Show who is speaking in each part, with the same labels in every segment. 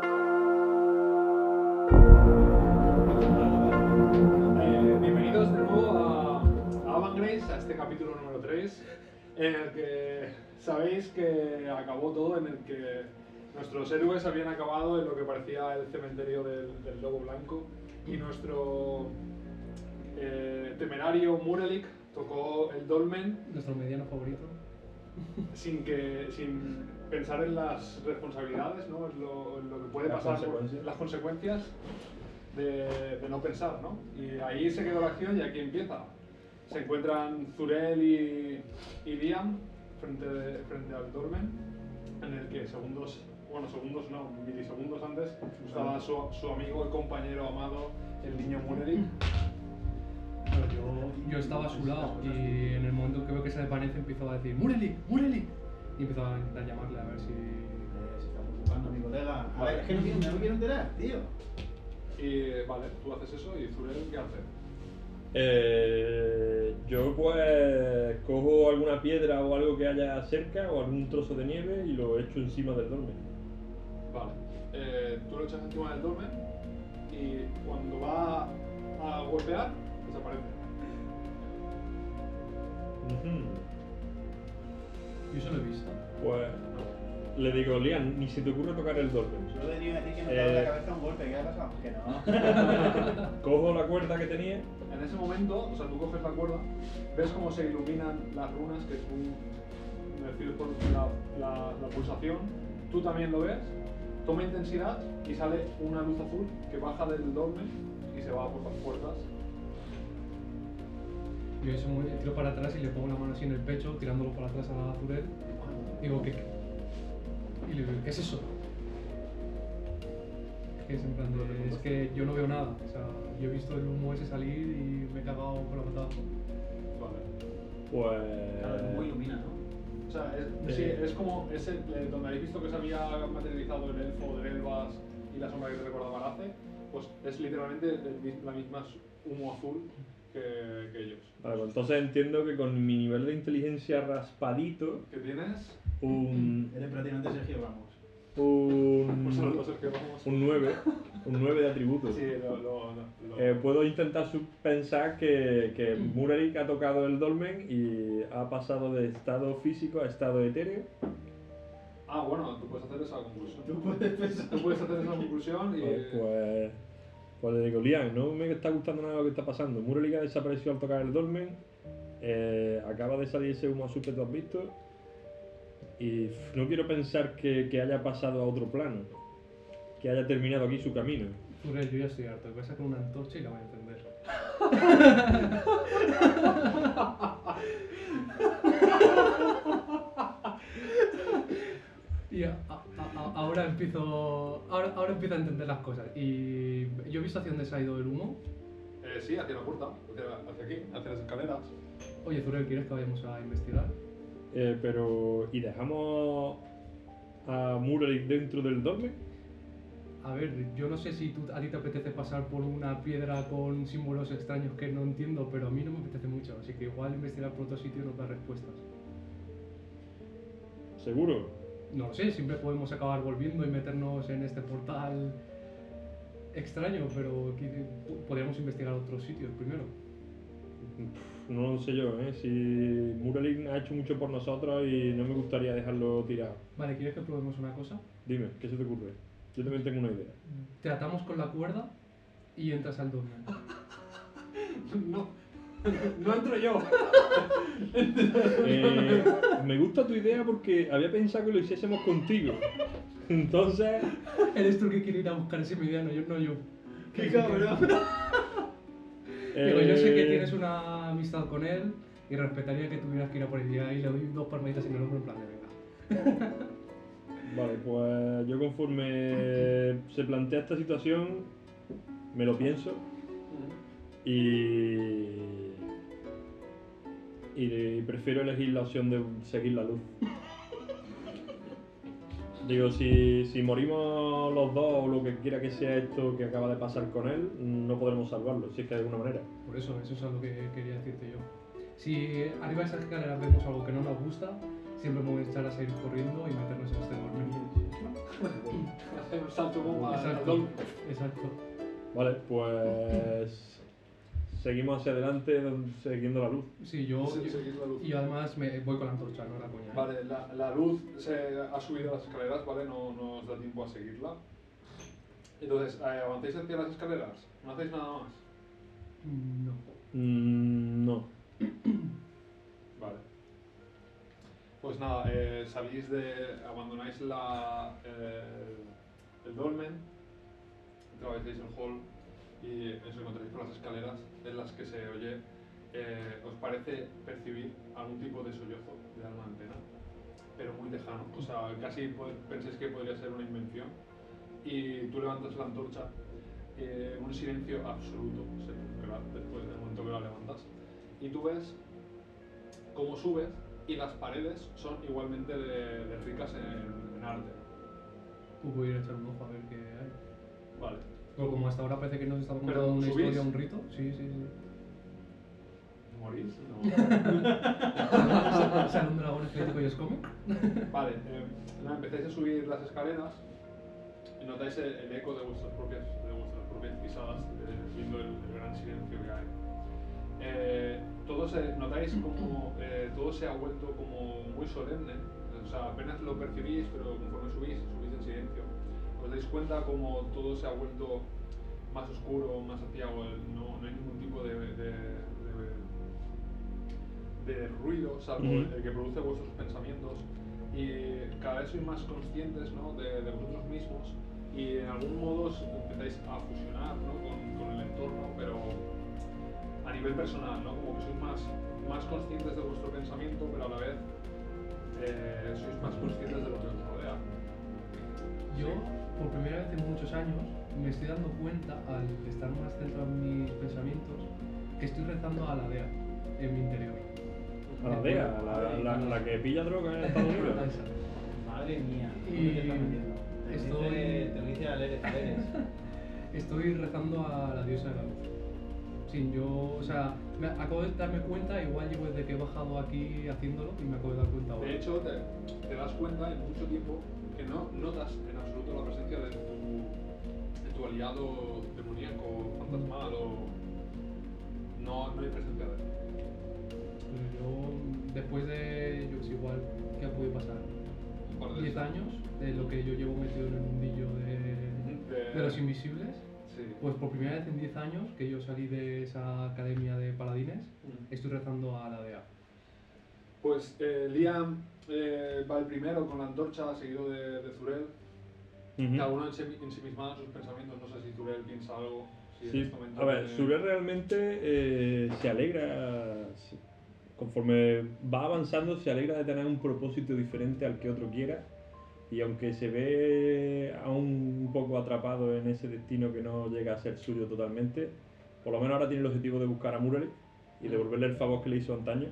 Speaker 1: Eh, este capítulo número 3, en el que sabéis que acabó todo, en el que nuestros héroes habían acabado en lo que parecía el cementerio del, del Lobo Blanco y nuestro eh, temerario Murelik tocó el dolmen
Speaker 2: Nuestro mediano favorito.
Speaker 1: sin que sin pensar en las responsabilidades, ¿no? Es lo, lo que puede
Speaker 3: Las
Speaker 1: pasar,
Speaker 3: consecuencias.
Speaker 1: las consecuencias de, de no pensar, ¿no? Y ahí se quedó la acción y aquí empieza. Se encuentran Zurel y, y Liam frente, frente al Dormen, en el que segundos, bueno, segundos no, milisegundos antes, estaba su, su amigo y compañero amado, el niño Munerik.
Speaker 2: Claro, yo, yo estaba a su lado
Speaker 3: Eh,
Speaker 2: y en el momento que veo que se desvanece empiezo a decir ¡Mureli! ¡Mureli! Y empiezo a intentar llamarle a ver si...
Speaker 3: Eh, se está preocupando mi colega. A
Speaker 1: Vale.
Speaker 3: ver, es que no, quiero- no me quiero enterar, tío.
Speaker 1: Y vale, tú haces eso y Zurel, ¿qué hace?
Speaker 4: Eh, yo pues cojo alguna piedra o algo que haya cerca o algún trozo de nieve y lo echo encima del dolmen.
Speaker 1: Vale. Eh, tú lo echas encima del dolmen y cuando va a golpear, desaparece.
Speaker 4: Ujú.
Speaker 2: Yo eso lo he visto.
Speaker 4: Pues le digo, Lian, ni se te ocurra tocar el dolmen.
Speaker 3: Yo he venido a decir que me estaba en la
Speaker 4: Eh.
Speaker 3: cabeza un golpe. ¿Qué ha pasado? Que no.
Speaker 4: Cojo la cuerda que tenía.
Speaker 1: En ese momento, o sea, tú coges la cuerda, ves cómo se iluminan las runas que tú decides por la, la- la pulsación. Tú también lo ves, toma intensidad y sale una luz azul que baja del dolmen y se va por las puertas.
Speaker 2: Yo eso muy, tiro para atrás y le pongo la mano así en el pecho, tirándolo para atrás a la Azurel. Digo, ¿qué? qué? Y le digo, ¿qué es eso? Que es en plan de, es que yo no veo nada. O sea, yo he visto el humo ese salir y me he cagado con la patada.
Speaker 1: Vale.
Speaker 4: Pues.
Speaker 1: Ah,
Speaker 3: Claro, es muy ilumina, ¿no?
Speaker 1: O sea, es, sí, es como es el- eh, donde habéis visto que se había materializado el elfo del Elvas y la sombra que te recordaba el hace, pues es literalmente el mis- la misma su- humo azul que, que ellos.
Speaker 4: Vale, pues, entonces entiendo que con mi nivel de inteligencia raspadito,
Speaker 1: ¿Qué tienes?
Speaker 4: un.
Speaker 3: Eres prácticamente Sergio Ramos.
Speaker 1: Pues a los
Speaker 4: un.
Speaker 1: dos es que vamos.
Speaker 4: un 9. Un 9 de atributos.
Speaker 1: Sí, lo, lo, lo- lo-
Speaker 4: Eh, puedo intentar su- pensar que, que Murerik ha tocado el dolmen y ha pasado de estado físico a estado etéreo.
Speaker 1: Ah, bueno, tú puedes hacer esa conclusión.
Speaker 3: Tú puedes pensar.
Speaker 1: Tú puedes hacer esa conclusión y.
Speaker 4: Pues, pues, pues le digo, Lian, no me está gustando nada lo que está pasando. Murerik ha desaparecido al tocar el dolmen. eh, acaba de salir ese humo azul que tú has visto. Y pff, no quiero pensar que, que haya pasado a otro plano. Que haya terminado aquí su camino.
Speaker 2: Azurel, yo ya estoy harto. Voy a sacar una antorcha y la voy a encender. Y a- a- a- ahora empiezo ahora, ahora empiezo a entender las cosas. Y yo he visto hacia dónde se ha ido el humo.
Speaker 1: eh, sí, hacia la puerta, hacia, hacia aquí, hacia las escaleras.
Speaker 2: Oye, Zurel, ¿quieres que vayamos a investigar?
Speaker 4: Eh, pero, ¿y dejamos a Murerik dentro del dolmen?
Speaker 2: A ver, yo no sé si tú, a ti te apetece pasar por una piedra con símbolos extraños que no entiendo, pero a mí no me apetece mucho, así que igual investigar por otro sitio nos da respuestas.
Speaker 4: Seguro.
Speaker 2: No lo sé, siempre podemos acabar volviendo y meternos en este portal extraño, pero aquí po- podríamos investigar otros sitios primero.
Speaker 4: Pff, No lo sé yo, ¿eh? Si Muralin ha hecho mucho por nosotros y no me gustaría dejarlo tirado.
Speaker 2: Vale, ¿quieres que probemos una cosa?
Speaker 4: Dime, ¿qué se te ocurre? Yo también tengo una idea.
Speaker 2: Te atamos con la cuerda y entras al dolmen.
Speaker 1: No, no entro yo.
Speaker 4: Eh, me gusta tu idea porque había pensado que lo hiciésemos contigo. Entonces,
Speaker 2: Eres tú el que quiere ir a buscar ese mediano, yo no yo.
Speaker 3: ¡Qué cabrón!
Speaker 2: Digo, yo sé que
Speaker 4: eh,
Speaker 2: tienes una amistad con él y respetaría que tuvieras que ir a por el día y le doy dos palmaditas en el hombro en plan de venga.
Speaker 4: Vale, pues yo conforme se plantea esta situación, me lo pienso y... Y prefiero elegir la opción de seguir la luz. Digo, si, si morimos los dos o lo que quiera que sea esto que acaba de pasar con él, no podremos salvarlo, si es que de alguna manera.
Speaker 2: Por eso, eso es algo que quería decirte yo. Si arriba de esas escaleras vemos algo que no nos gusta, siempre me voy a echar a seguir corriendo y meternos en este dormir.
Speaker 1: Hace un salto como al- al
Speaker 2: Exacto.
Speaker 1: dolmen.
Speaker 2: Exacto.
Speaker 4: Vale, pues Seguimos hacia adelante don- siguiendo la luz.
Speaker 2: Sí, yo.
Speaker 1: Se-
Speaker 2: yo-
Speaker 1: seguid la luz.
Speaker 2: y yo además me voy con la antorcha, no la coña. ¿eh?
Speaker 1: Vale, la, la luz se ha subido las escaleras, ¿vale? No, no os da tiempo a seguirla. Entonces, eh, avanzáis hacia las escaleras, no hacéis nada más.
Speaker 2: No.
Speaker 4: Mm, no.
Speaker 1: Vale. Pues nada, eh, salís de. abandonáis la, eh, el dolmen, atravesáis el hall y os encontráis por las escaleras en las que se oye. eh, os parece percibir algún tipo de sollozo de alma en pena, pero muy lejano. O sea, casi po- pensáis que podría ser una invención. Y tú levantas la antorcha, eh, un silencio absoluto, sepulcral, después del momento que la levantas. Y tú ves como subes y las paredes son igualmente de, de ricas en, en arte.
Speaker 2: Tú puedes ir Pues a echar un ojo a ver qué hay.
Speaker 1: Vale.
Speaker 2: Pero como hasta ahora parece que nos está contando
Speaker 1: Pero,
Speaker 2: una
Speaker 1: ¿subís?
Speaker 2: historia, un rito. Sí, sí, sí.
Speaker 1: ¿Morís? No.
Speaker 2: ¿Sale un dragón esquelético y os come?
Speaker 1: vale, eh, nada, empezáis a subir las escaleras y notáis el, el eco de vuestras propias, de vuestras propias pisadas, eh, viendo el, el gran silencio que hay. Eh, todo se, notáis como eh, todo se ha vuelto como muy solemne, o sea, apenas lo percibís, pero conforme subís, subís en silencio. Os dais cuenta como todo se ha vuelto más oscuro, más aciago, el- no, no hay ningún tipo de, de- de- de ruido, salvo
Speaker 4: Ujú.
Speaker 1: el, el que produce vuestros pensamientos. Y cada vez sois más conscientes ¿no? de, de vosotros mismos y en algún modo os empezáis a fusionar ¿no? con, con el entorno, pero a nivel personal, ¿no? Como que sois más, más conscientes de vuestro pensamiento, pero a la vez eh, sois más conscientes de lo que os rodea.
Speaker 2: Yo, por primera vez en muchos años, me estoy dando cuenta, al estar más centrado en mis pensamientos, que estoy rezando a la DEA en mi interior.
Speaker 4: A la DEA, la, la- la que pilla droga en Estados
Speaker 2: A
Speaker 4: Unidos.
Speaker 2: esa.
Speaker 3: Madre mía,
Speaker 2: Y
Speaker 3: ¿dónde te estás metiendo? Te
Speaker 2: estoy-
Speaker 3: dice- Te lo dice Aleres, Aleres.
Speaker 2: Estoy rezando a la diosa de la luz. Sin yo, o sea, me acabo de darme cuenta, igual llevo desde que he bajado aquí haciéndolo y me acabo de dar cuenta ahora.
Speaker 1: De hecho, te, te das cuenta en mucho tiempo que no notas en absoluto la presencia de tu, de tu aliado demoníaco, fantasmal o... No, no hay presencia de él.
Speaker 2: Pero Yo, después de, yo sé igual, ¿qué ha podido pasar?
Speaker 1: Un par de-
Speaker 2: 10 años de lo que yo llevo metido en el mundillo de,
Speaker 1: De-
Speaker 2: de los invisibles,
Speaker 1: Eh, Sí.
Speaker 2: pues por primera vez en 10 años que yo salí de esa academia de paladines, estoy rezando a la DEA.
Speaker 1: Pues eh, Liam eh, va el primero con la antorcha, seguido de, de Zurel. Cada
Speaker 4: Ujú.
Speaker 1: uno ensi- ensimismado en sus pensamientos, no sé si Turel piensa algo. Si en
Speaker 4: Sí,
Speaker 1: este momento
Speaker 4: a ver,
Speaker 1: tiene-
Speaker 4: Sure realmente eh, se alegra, se- conforme va avanzando, se alegra de tener un propósito diferente al que otro quiera. Y aunque se ve aún un poco atrapado en ese destino que no llega a ser suyo totalmente, por lo menos ahora tiene el objetivo de buscar a Murray y devolverle el favor que le hizo antaño.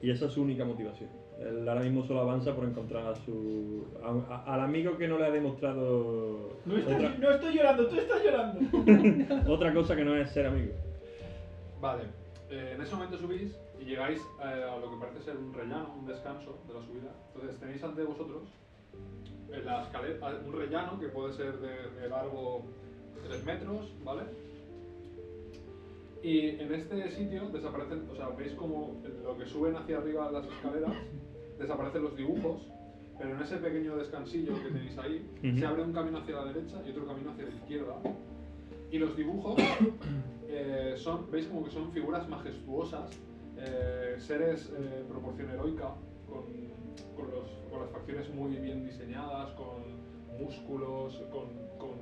Speaker 4: Y esa es su única motivación. Él ahora mismo solo avanza por encontrar a su, a- a- al amigo que no le ha demostrado
Speaker 3: No
Speaker 4: otra-
Speaker 3: estás- no estoy llorando, tú estás llorando.
Speaker 4: otra cosa que no es ser amigo.
Speaker 1: Vale, eh, en ese momento subís y llegáis eh, a lo que parece ser un rellano, un descanso de la subida. Entonces tenéis ante vosotros en la escalera, un rellano que puede ser de, de largo 3 metros, ¿vale? Y en este sitio desaparecen, o sea, veis como lo que suben hacia arriba las escaleras, desaparecen los dibujos, pero en ese pequeño descansillo que tenéis ahí,
Speaker 4: Ujú.
Speaker 1: se abre un camino hacia la derecha y otro camino hacia la izquierda. Y los dibujos eh, son, veis como que son figuras majestuosas, eh, seres eh, proporción heroica, con, con los- con las facciones muy bien diseñadas, con músculos, con, con,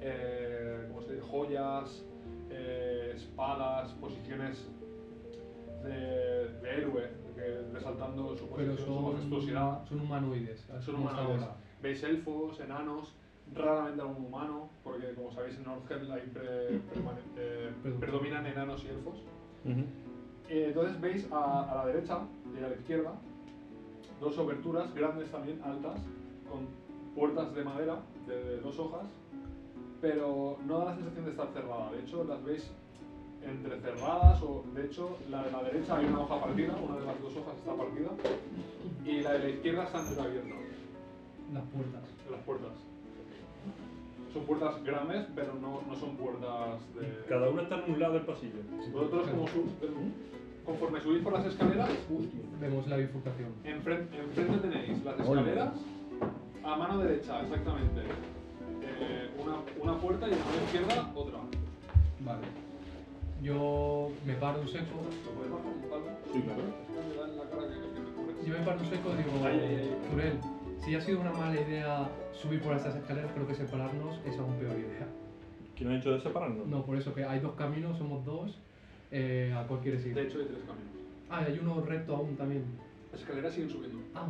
Speaker 1: eh, ¿cómo se dice? joyas, eh, espadas, posiciones de, de héroe, que- resaltando su,
Speaker 2: Pero
Speaker 1: posición, su majestuosidad.
Speaker 2: son, ah, son humanoides.
Speaker 1: Son
Speaker 2: como hasta
Speaker 1: humanoides.
Speaker 2: ahora.
Speaker 1: Veis elfos, enanos, raramente algún humano, porque como sabéis en Orgel hay pre- permane- eh,
Speaker 2: Perdón.
Speaker 1: predominan enanos y elfos. Eh, entonces veis a, a la derecha y a la izquierda dos oberturas grandes también, altas, con puertas de madera de, de dos hojas, pero no da la sensación de estar cerrada. De hecho, las veis entrecerradas o, de hecho, la de la derecha hay una hoja partida, una de las dos hojas está partida, y la de la izquierda está entreabierta
Speaker 2: Las puertas.
Speaker 1: de las puertas. Son puertas grandes, pero no, no son puertas de...
Speaker 4: Cada una está en un lado del pasillo.
Speaker 1: Vosotros como su- conforme subís por las escaleras,
Speaker 2: Vemos la bifurcación.
Speaker 1: enfren- enfrente, tenéis las
Speaker 4: Hola.
Speaker 1: escaleras a mano derecha, exactamente. Eh, una, una puerta y a mano izquierda otra.
Speaker 2: Vale. Yo me paro un seco.
Speaker 1: ¿Lo puedes bajar un palo?
Speaker 4: Sí, claro.
Speaker 1: Me da en la cara que- que me cubres.
Speaker 2: Yo me paro un seco y
Speaker 1: Ay, ay, ay.
Speaker 2: digo, Turel, si ha sido una mala idea subir por estas escaleras, creo que separarnos es aún peor idea.
Speaker 4: ¿Quién ha dicho de separarnos?
Speaker 2: No, por eso que hay dos caminos, somos dos. eh, ¿A cuál quieres
Speaker 1: De
Speaker 2: ir?
Speaker 1: hecho hay tres caminos.
Speaker 2: Ah, y hay uno recto aún también.
Speaker 1: Las escaleras siguen subiendo.
Speaker 2: Ah.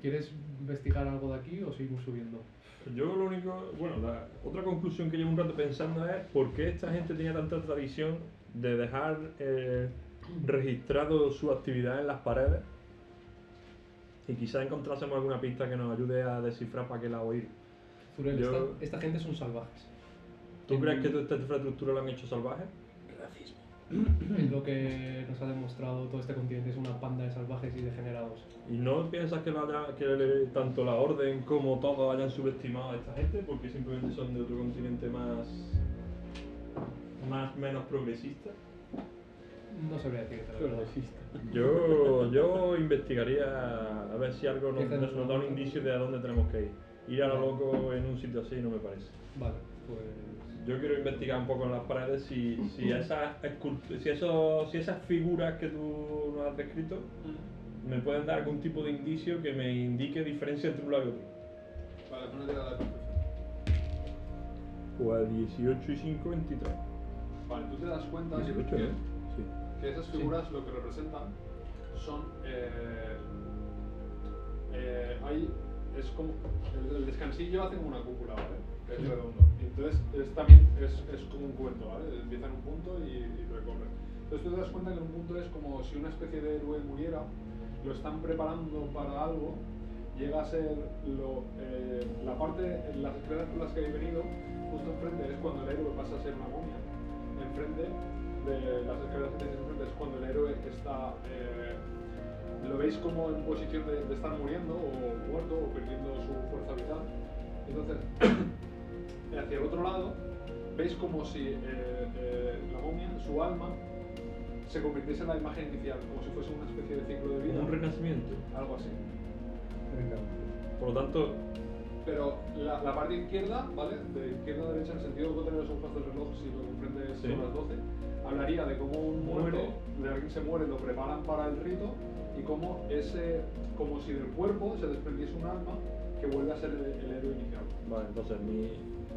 Speaker 2: ¿Quieres investigar algo de aquí o seguimos subiendo?
Speaker 4: Yo lo único, bueno, la otra conclusión que llevo un rato pensando es por qué esta gente tenía tanta tradición de dejar eh, registrado su actividad en las paredes y quizá encontrásemos alguna pista que nos ayude a descifrar para qué la oír.
Speaker 2: Zurel,
Speaker 4: Yo-
Speaker 2: esta, esta gente son salvajes.
Speaker 4: ¿Tú
Speaker 2: En-
Speaker 4: crees que toda esta infraestructura la han hecho salvaje?
Speaker 2: Es lo que nos ha demostrado todo este continente, es una panda de salvajes y degenerados.
Speaker 4: ¿Y no piensas que, la haya- que le- tanto la orden como todos hayan subestimado a esta gente porque simplemente son de otro continente más, más menos progresista?
Speaker 2: No sabría decirte la verdad.
Speaker 4: Yo, yo investigaría a ver si algo nos, nos da un indicio de a dónde tenemos que ir. Ir a lo loco en un sitio así no me parece.
Speaker 2: Vale, pues...
Speaker 4: Yo quiero investigar un poco en las paredes si, si, esas, escultu- si, esos- si esas figuras que tú nos has descrito me pueden dar algún tipo de indicio que me indique diferencia entre un lado y otro.
Speaker 1: Vale, pues no te la da perfección.
Speaker 4: Pues 18 y 5, 23.
Speaker 1: Vale, tú te das cuenta que,
Speaker 4: 18, ¿eh? Sí.
Speaker 1: que esas figuras lo que representan son. eh, eh, hay, es como. El, el descansillo hace como una cúpula, ¿vale? Que es redondo. Y Entonces es, también es, es como un cuento, ¿vale? Empieza en un punto y, y recorre. Entonces tú te das cuenta que en un punto es como si una especie de héroe muriera, lo están preparando para algo, llega a ser lo, eh, la parte, las escaleras por las que he venido, justo enfrente es cuando el héroe pasa a ser una momia. Enfrente de las escaleras que tenéis enfrente es cuando el héroe está, eh, lo veis como en posición de, de estar muriendo o muerto o perdiendo su fuerza vital. Entonces, hacia el otro lado, veis como si eh, eh, la momia, su alma, se convirtiese en la imagen inicial, como si fuese una especie de ciclo de vida,
Speaker 4: Un renacimiento.
Speaker 1: algo así.
Speaker 4: Por lo tanto,
Speaker 1: Pero la, la parte izquierda, ¿vale? De izquierda a derecha, en el sentido contrario a los agujas del reloj, si lo que enfrente es
Speaker 4: Sí.
Speaker 1: son las 12, hablaría de cómo un muerto,
Speaker 4: Muere.
Speaker 1: de alguien se muere, lo preparan para el rito y cómo ese, como si del cuerpo se desprendiese un alma que vuelve a ser el, el héroe inicial.
Speaker 4: vale, entonces mi...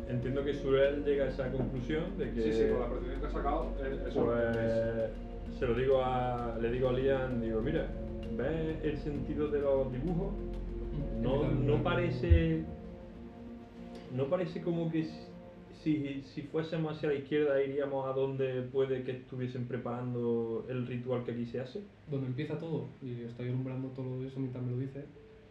Speaker 4: entiendo que Surel llega a esa conclusión de que
Speaker 1: Sí, sí, con la percepción que ha sacado, eh, eso es.
Speaker 4: Pues se lo digo a, le digo a Lian, digo, mira, ¿ves el sentido de los dibujos? No, no parece, no parece como que s- si, si fuésemos hacia la izquierda iríamos a donde puede que estuviesen preparando el ritual que aquí se hace.
Speaker 2: Donde empieza todo, y estoy alumbrando todo eso mientras me lo dice.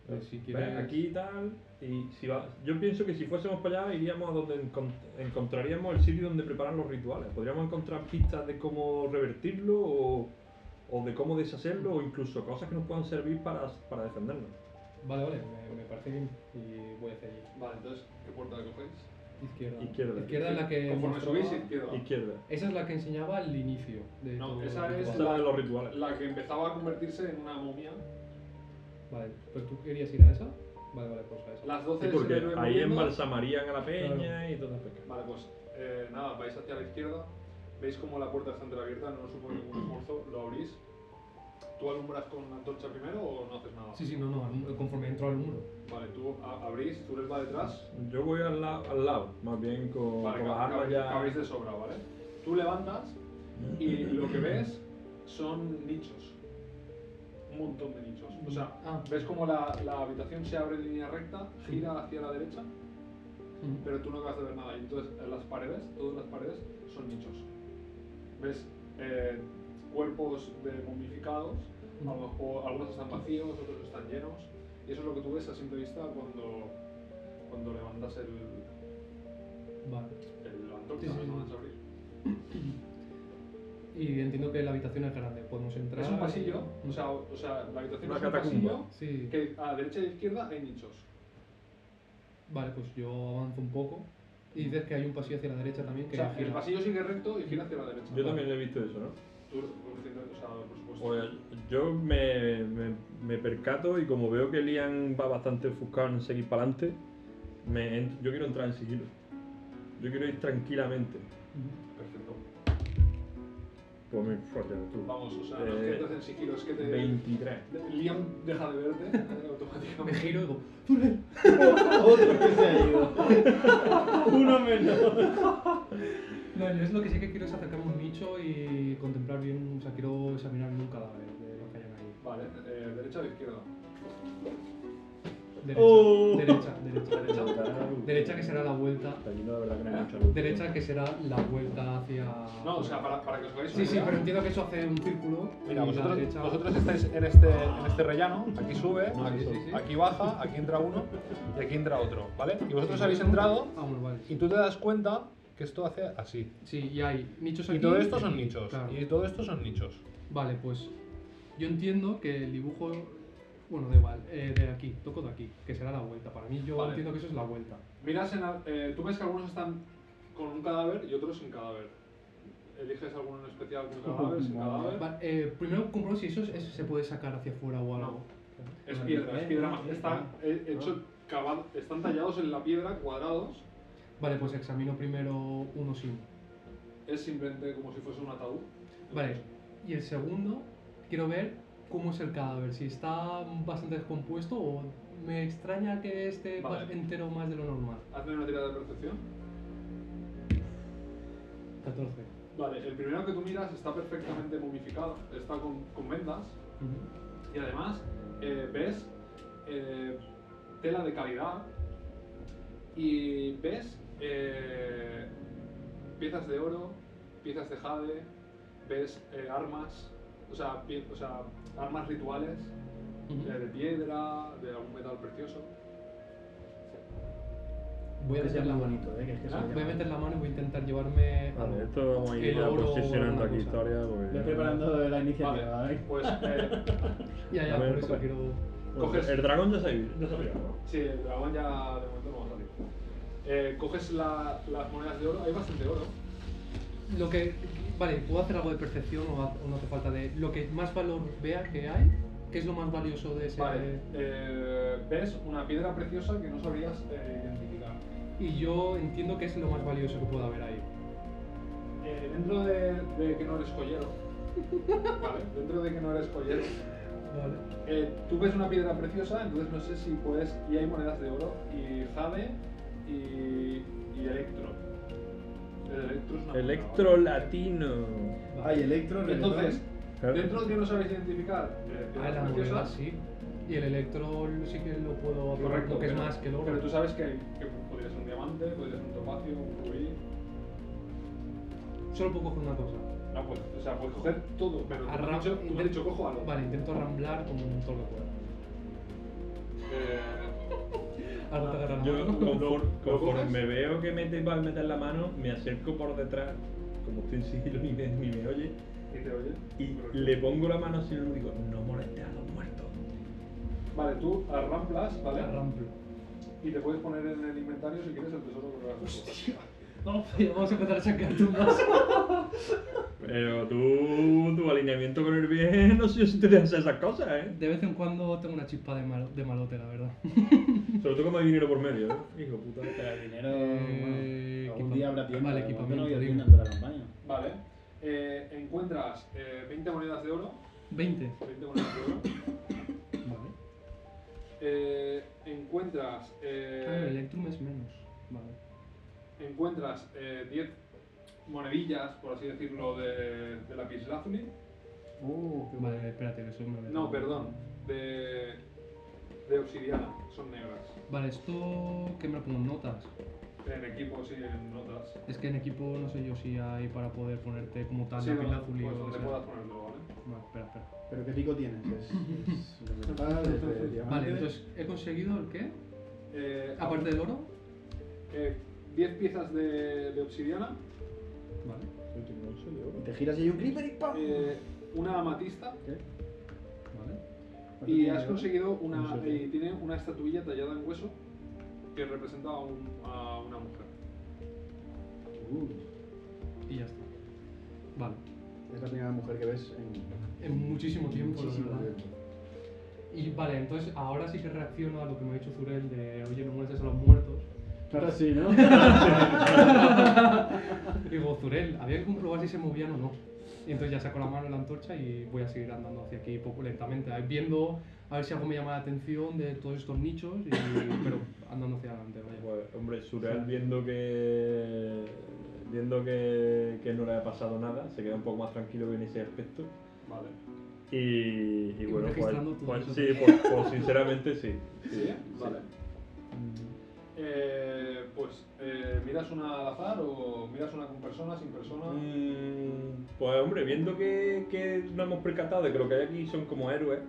Speaker 2: Pues si
Speaker 4: Ves,
Speaker 2: quieres...
Speaker 4: Aquí y tal, y si va, yo pienso que si fuésemos para allá iríamos a donde encon- encontraríamos el sitio donde preparan los rituales. Podríamos encontrar pistas de cómo revertirlo o, o de cómo deshacerlo o incluso cosas que nos puedan servir para, para defendernos.
Speaker 2: Vale, vale, me, me parece bien. Y voy hacia allí.
Speaker 1: Vale, entonces, ¿qué puerta cogéis?
Speaker 2: Izquierda.
Speaker 4: Izquierda.
Speaker 2: es la que...
Speaker 1: Conforme
Speaker 2: mostraba-
Speaker 1: subís, izquierda.
Speaker 4: Izquierda.
Speaker 2: Esa es la que enseñaba al inicio. De
Speaker 1: No,
Speaker 2: todo
Speaker 1: esa
Speaker 2: el
Speaker 1: es
Speaker 4: Esa es
Speaker 2: ritual.
Speaker 4: la de los rituales.
Speaker 1: La que empezaba a convertirse en una momia.
Speaker 2: Vale, pero tú querías ir a esa? Vale, vale, pues a esa.
Speaker 1: Las
Speaker 4: Sí,
Speaker 1: 12 es el
Speaker 4: porque
Speaker 1: héroe
Speaker 4: ahí
Speaker 1: muriendo.
Speaker 4: embalsamarían a la peña
Speaker 2: Claro.
Speaker 4: y todo eso.
Speaker 1: Vale, pues eh, nada, vais hacia la izquierda, veis como la puerta está entreabierta, no supone ningún esfuerzo, lo abrís. ¿Tú alumbras con una antorcha primero o no haces nada?
Speaker 2: Sí, sí, no, no, al- conforme entro al muro.
Speaker 1: Vale, tú a- abrís, tú les va detrás,
Speaker 4: Yo voy al, la- al lado, más bien con,
Speaker 1: vale,
Speaker 4: con las
Speaker 1: cab-
Speaker 4: armas
Speaker 1: cabréis-
Speaker 4: ya.
Speaker 1: cabréis de sobra, ¿vale? Tú levantas y lo que ves son nichos, un montón de nichos. O sea,
Speaker 2: Ah.
Speaker 1: ves como la, la habitación se abre en línea recta, gira hacia la derecha,
Speaker 2: Mm.
Speaker 1: pero tú no acabas de ver nada. Y entonces en las paredes, todas las paredes son nichos. Ves eh, cuerpos de momificados, a lo mejor algunos están vacíos, otros están llenos, y eso es lo que tú ves a simple vista cuando, cuando levantas el,
Speaker 2: Vale.
Speaker 1: el antorcha,
Speaker 2: Sí, sí,
Speaker 1: no
Speaker 2: sí.
Speaker 1: vas a abrir.
Speaker 2: Y entiendo que la habitación es grande, podemos entrar.
Speaker 1: Es un pasillo,
Speaker 2: y-
Speaker 1: o sea, o sea la habitación
Speaker 4: Una
Speaker 1: es un pasillo
Speaker 4: catacumba.
Speaker 2: Sí.
Speaker 1: que a derecha e izquierda hay nichos.
Speaker 2: Vale, pues yo avanzo un poco. Y dices que hay un pasillo hacia la derecha también
Speaker 1: O
Speaker 2: que
Speaker 1: sea, el
Speaker 2: gira.
Speaker 1: pasillo sigue recto y gira hacia la derecha.
Speaker 4: Yo también he visto eso, ¿no?
Speaker 1: Tú, o sea, por supuesto.
Speaker 4: O sea, Pues, yo me, me- me percato y como veo que Lian va bastante ofuscado en seguir para adelante, yo quiero entrar en sigilo. Yo quiero ir tranquilamente.
Speaker 1: Perfecto.
Speaker 4: Pues me follas tú.
Speaker 1: Vamos, o sea, no es que
Speaker 4: Eh,
Speaker 1: entres en sigilo, es que te.
Speaker 4: 23.
Speaker 1: Liam deja de verte eh,
Speaker 2: Me
Speaker 1: automáticamente.
Speaker 2: giro y digo, "Túnel".
Speaker 3: Otro que se ha ido.
Speaker 4: Uno menos.
Speaker 2: No, yo es lo que sí que quiero es acercarme a un nicho y contemplar bien, o sea, quiero examinar bien un cadáver de los que hayan ahí.
Speaker 1: Vale, eh, derecha o izquierda.
Speaker 2: Derecha,
Speaker 4: Oh.
Speaker 2: derecha, derecha, derecha. Derecha que
Speaker 4: se
Speaker 2: será la vuelta.
Speaker 4: Aquí no, la verdad que no hay
Speaker 1: ¿Eh?
Speaker 4: mucha luz.
Speaker 2: Derecha que será la vuelta hacia.
Speaker 1: No, o sea, para, para que os hagáis una
Speaker 2: Sí, sí,
Speaker 1: idea-
Speaker 2: pero entiendo que eso hace un círculo.
Speaker 1: Mira,
Speaker 2: y la
Speaker 1: vosotros,
Speaker 2: derecha-
Speaker 1: vosotros estáis en este, en este rellano, aquí sube,
Speaker 4: No,
Speaker 1: aquí,
Speaker 4: sí,
Speaker 2: sí.
Speaker 1: aquí baja, aquí entra uno y aquí entra otro, ¿vale? Y vosotros habéis entrado
Speaker 2: Ah, bueno, vale.
Speaker 1: y tú te das cuenta que esto hace así.
Speaker 2: Sí, y hay nichos aquí.
Speaker 1: Y todo esto son nichos,
Speaker 2: Claro.
Speaker 1: y todo esto son nichos.
Speaker 2: Vale, pues yo entiendo que el dibujo. Bueno, da igual, eh, de aquí, toco de aquí, que será la vuelta. Para mí, yo
Speaker 1: Vale.
Speaker 2: entiendo que eso es la vuelta.
Speaker 1: Miras en, al- eh, tú ves que algunos están con un cadáver y otros sin cadáver. Eliges alguno en especial con cadáver, sin
Speaker 3: Madre.
Speaker 1: cadáver.
Speaker 2: Vale, eh, primero compro si eso, es- eso se puede sacar hacia afuera o algo.
Speaker 1: Es piedra, es piedra más. Están, eh, hecho, cava- están tallados en la piedra, cuadrados.
Speaker 2: Vale, pues examino primero uno sin.
Speaker 1: Es simplemente como si fuese un ataúd.
Speaker 2: Vale, y el segundo, quiero ver cómo es el cadáver, si está bastante descompuesto o me extraña que esté
Speaker 1: Vale.
Speaker 2: más entero más de lo normal.
Speaker 1: Hazme una tirada de percepción.
Speaker 2: 14.
Speaker 1: Vale, el primero que tú miras está perfectamente momificado, está con, con vendas
Speaker 2: Ujú.
Speaker 1: y además eh, ves eh, tela de calidad y ves eh, piezas de oro, piezas de jade, ves eh, armas, o sea, pie- o sea, armas rituales
Speaker 2: Ujú.
Speaker 1: eh, de piedra, de algún metal precioso.
Speaker 2: Voy a meter la mano.
Speaker 5: bonito, ¿eh? Que es que se
Speaker 1: Ah,
Speaker 5: me llama.
Speaker 2: Voy a meter la mano y voy a intentar llevarme.
Speaker 4: Vale,
Speaker 2: algo.
Speaker 4: esto vamos a ir
Speaker 2: El
Speaker 4: ya
Speaker 2: oro o
Speaker 4: posicionando
Speaker 2: alguna
Speaker 4: aquí
Speaker 2: cosa.
Speaker 4: historia pues,
Speaker 5: Voy
Speaker 4: porque...
Speaker 5: preparando la iniciativa,
Speaker 1: Vale.
Speaker 5: ¿eh?
Speaker 1: Pues eh,
Speaker 2: Ya, ya,
Speaker 4: A ver,
Speaker 2: por eso
Speaker 4: papá.
Speaker 2: quiero.
Speaker 4: Bueno,
Speaker 1: Coges-
Speaker 4: pues, El dragón ya se ya se ha pillado, ¿no?
Speaker 1: Sí, el dragón ya de momento no va a salir. Eh, coges la- las monedas de oro, hay bastante oro.
Speaker 2: Lo que. Vale, ¿puedo hacer algo de percepción o, ha- o no hace falta de. Lo que más valor vea que hay, ¿qué es lo más valioso de ese.?
Speaker 1: Vale, eh, ves una piedra preciosa que no sabrías eh, identificar.
Speaker 2: Y yo entiendo que es lo más valioso que pueda haber ahí.
Speaker 1: Eh, dentro de, de que no eres joyero, vale, dentro de que no eres joyero,
Speaker 2: Vale.
Speaker 1: eh, tú ves una piedra preciosa, entonces no sé si puedes, y hay monedas de oro, y jade, y, y electro. El electro es una moneda,
Speaker 4: Electro
Speaker 1: ¿vale?
Speaker 4: latino.
Speaker 5: Ay, electro, reggaetón.
Speaker 1: Entonces, dentro de que no sabes identificar eh,
Speaker 2: Ah,
Speaker 1: piedras
Speaker 2: la moneda,
Speaker 1: preciosas,
Speaker 2: sí. Y el electrol sí que lo puedo hacer,
Speaker 1: Correcto,
Speaker 2: porque es
Speaker 1: pero-
Speaker 2: más que el
Speaker 1: Pero
Speaker 2: oro.
Speaker 1: tú sabes que, que podría ser un diamante, podría ser un topacio, un rubí.
Speaker 2: Solo puedo coger una cosa.
Speaker 1: No, pues, o sea, puedes coger todo, pero tú me
Speaker 2: Arran-
Speaker 1: has dicho, tú me has dicho, cojo algo.
Speaker 2: Vale, intento ramblar con todo lo que pueda.
Speaker 1: Eh,
Speaker 2: Algo te agarra la
Speaker 4: Yo
Speaker 2: mano.
Speaker 4: conforme,
Speaker 1: ¿Lo
Speaker 4: conforme
Speaker 1: coges?
Speaker 4: me veo que mete, va a meter la mano, me acerco por detrás, como estoy en sigilo ni me, ni me oye,
Speaker 1: y te oye.
Speaker 4: y
Speaker 1: Correcto.
Speaker 4: le pongo la mano así y le digo, no molestes a los muertos.
Speaker 1: Vale, tú arramplas, ¿vale?
Speaker 2: Ramplo.
Speaker 1: Y te puedes poner en el inventario si quieres el tesoro que vas
Speaker 2: Vamos, vamos a empezar a sacar tumbas.
Speaker 4: Pero tú, tu alineamiento con el bien, no sé si te dejas esas cosas, ¿eh?
Speaker 2: De vez en cuando tengo una chispa de, malo- de malote, la verdad.
Speaker 4: Sobre todo como hay dinero por medio, ¿eh? Hijo puta.
Speaker 3: Pero el dinero.
Speaker 2: Eh,
Speaker 3: bueno,
Speaker 2: equipa-
Speaker 3: algún día habrá tiempo.
Speaker 2: vale,
Speaker 3: de momento
Speaker 2: equipamiento,
Speaker 3: No había
Speaker 2: dime.
Speaker 3: tienda en toda la campaña.
Speaker 1: Vale. Eh, encuentras eh, 20 monedas de oro.
Speaker 2: 20.
Speaker 1: 20 monedas de oro.
Speaker 2: Vale.
Speaker 1: Eh, encuentras.
Speaker 2: Ah, el
Speaker 1: Eh,
Speaker 2: electrum es menos. Vale.
Speaker 1: encuentras eh, 10 monedillas, por así decirlo, de, de lapislázuli.
Speaker 5: Uh, qué bueno.
Speaker 2: Vale, espérate, que soy un bebé.
Speaker 1: No, perdón. De, de obsidiana. Son negras.
Speaker 2: Vale, esto que me lo pongo en notas.
Speaker 1: En equipos y en notas.
Speaker 2: Es que en equipo no sé yo si hay para poder ponerte como tal
Speaker 1: Sí,
Speaker 2: la
Speaker 1: no,
Speaker 2: pila azul y
Speaker 1: pues
Speaker 2: Ah, o
Speaker 1: donde
Speaker 2: sea.
Speaker 1: puedas ponerlo, ¿vale?
Speaker 2: Vale, espera, espera.
Speaker 5: ¿Pero qué pico tienes? Es, es de metal, es de diamante.
Speaker 2: Vale, entonces he conseguido el qué?
Speaker 1: Eh,
Speaker 2: Aparte del oro.
Speaker 1: eh, 10 piezas de, de obsidiana,
Speaker 2: Vale.
Speaker 5: Y te giras y hay un creeper y ¡pam!
Speaker 1: eh, una amatista
Speaker 2: Vale.
Speaker 5: ¿Cuánto
Speaker 1: y
Speaker 5: tiene
Speaker 1: has
Speaker 5: de-
Speaker 1: conseguido una. eh,
Speaker 5: Un socio.
Speaker 1: y tiene una estatuilla tallada en hueso que representa a, un- a una mujer.
Speaker 2: Y ya está. Vale.
Speaker 5: Es la primera mujer que ves en
Speaker 2: En muchísimo tiempo, la
Speaker 5: muchísimo
Speaker 2: verdad.
Speaker 5: tiempo.
Speaker 2: Y vale, entonces ahora sí que reacciono a lo que me ha dicho Zurel de oye, no muertes a los muertos.
Speaker 5: Ahora sí, ¿no?
Speaker 2: Digo, Zurel, había que comprobar si se movían o no. Y entonces ya saco la mano en la antorcha y voy a seguir andando hacia aquí poco lentamente, a- viendo a ver si algo me llama la atención de todos estos nichos, y- pero andando hacia adelante, vaya.
Speaker 4: Pues, hombre, Surreal viendo que viendo que, que no le ha pasado nada, se queda un poco más tranquilo en ese aspecto.
Speaker 1: Vale.
Speaker 4: Y, y
Speaker 2: Y
Speaker 4: bueno, pues,
Speaker 2: registrando todo
Speaker 4: pues
Speaker 2: eso.
Speaker 4: sí, pues, pues sinceramente sí.
Speaker 1: ¿Sí? Vale. Mm. Eh, pues, eh, ¿miras una al azar o miras una con persona, sin persona?
Speaker 4: Mm, Pues hombre, viendo que, que nos hemos percatado de que lo que hay aquí son como héroes,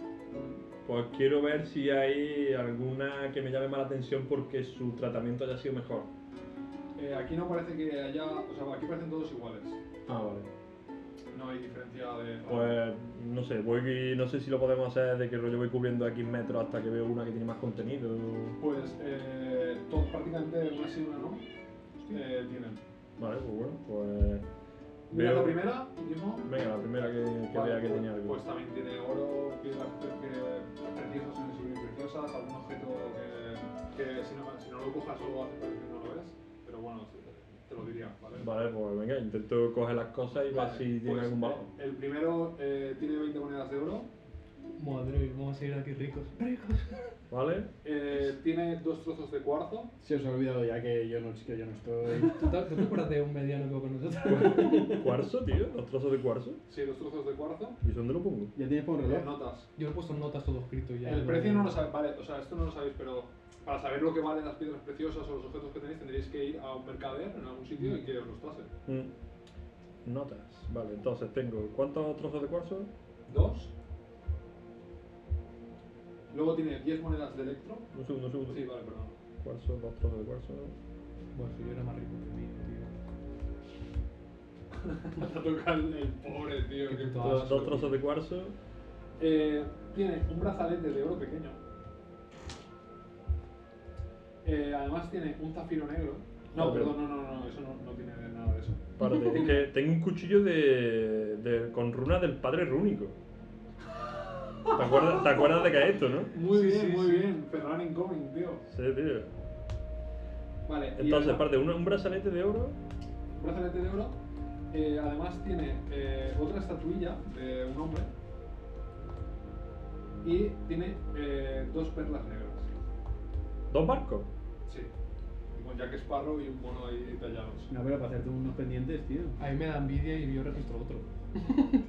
Speaker 4: pues quiero ver si hay alguna que me llame más la atención porque su tratamiento haya sido mejor.
Speaker 5: Mm.
Speaker 1: Eh, aquí no parece que haya... O sea, aquí parecen todos iguales.
Speaker 4: Ah, vale.
Speaker 1: No hay diferencia de...
Speaker 4: Pues no sé, voy, no sé si lo podemos hacer de que rollo voy cubriendo X metros hasta que veo una que tiene más contenido.
Speaker 1: Pues, eh, todos prácticamente una sí, una no. Eh, tienen.
Speaker 4: Vale, pues bueno, pues.
Speaker 1: Mira
Speaker 4: Veo-
Speaker 1: la primera, dijo.
Speaker 4: Venga, la primera que, que
Speaker 1: Vale,
Speaker 4: vea que
Speaker 1: pues-
Speaker 4: tenía algo.
Speaker 1: Pues también tiene oro, piedras pre- pre- preciosas en preciosas, algún objeto que, que si, no, si no lo cojas solo hace parecer que no lo ves, pero bueno, te- te lo diría, ¿vale?
Speaker 4: Vale, pues venga, intento coger las cosas y
Speaker 1: Vale,
Speaker 4: ver si tiene
Speaker 1: pues,
Speaker 4: algún valor.
Speaker 1: eh, El primero eh, tiene 20 monedas de oro,
Speaker 2: Madre mía, vamos a seguir aquí ricos. Ricos.
Speaker 4: ¿Vale?
Speaker 1: eh, tiene dos trozos de cuarzo,
Speaker 5: Se os ha olvidado ya que yo no, que yo no estoy.
Speaker 2: ¿Tú te, tú te acuerdas de un mediano que va con nosotros?
Speaker 4: ¿Cuarzo, tío? ¿Los trozos de cuarzo?
Speaker 1: sí, dos trozos de cuarzo,
Speaker 4: ¿Y dónde lo pongo?
Speaker 5: ¿Ya tienes por un
Speaker 1: las
Speaker 5: reloj?
Speaker 1: notas.
Speaker 2: Yo he puesto notas todo escrito ya.
Speaker 1: El precio no lo sabéis, vale, o sea, esto no lo sabéis, pero para saber lo que valen las piedras preciosas o los objetos que tenéis tendréis que ir a un mercader en algún sitio y que os los pase.
Speaker 4: Mm. Notas. Vale, entonces tengo. ¿Cuántos trozos de cuarzo?
Speaker 1: Dos. Luego tiene 10 monedas de electro.
Speaker 4: Un segundo, un segundo.
Speaker 1: Sí, vale, perdón.
Speaker 4: Cuarzo, dos trozos de cuarzo.
Speaker 2: Bueno, si yo era más rico que
Speaker 1: Te
Speaker 2: mí, tío.
Speaker 1: toca el, el pobre, tío.
Speaker 2: Qué
Speaker 1: que
Speaker 2: puto
Speaker 1: todo-
Speaker 4: Dos, dos trozos de cuarzo.
Speaker 1: Eh, tiene un brazalete de oro pequeño. Eh, además tiene un zafiro negro. No,
Speaker 4: Ok.
Speaker 1: perdón, no, no, no, no, eso no, no tiene nada de eso.
Speaker 4: Párate, es que tengo un cuchillo de, de- con runas del padre rúnico. ¿Te acuerdas, te acuerdas de que es esto, no?
Speaker 1: Muy
Speaker 2: Sí,
Speaker 1: bien,
Speaker 2: sí,
Speaker 1: muy
Speaker 2: sí.
Speaker 1: bien. Ferran Incoming, tío.
Speaker 4: Sí, tío.
Speaker 1: Vale. y
Speaker 4: Entonces,
Speaker 1: además-
Speaker 4: aparte, un, un brazalete de oro.
Speaker 1: un brazalete de oro. Eh, además tiene eh, otra estatuilla de un hombre. Y tiene eh, dos perlas negras.
Speaker 4: Dos barcos.
Speaker 1: Sí. Y Con Jack Sparrow y un mono ahí tallados.
Speaker 5: No, pero para hacerte unos pendientes, tío.
Speaker 2: A mí me da envidia y yo registro otro.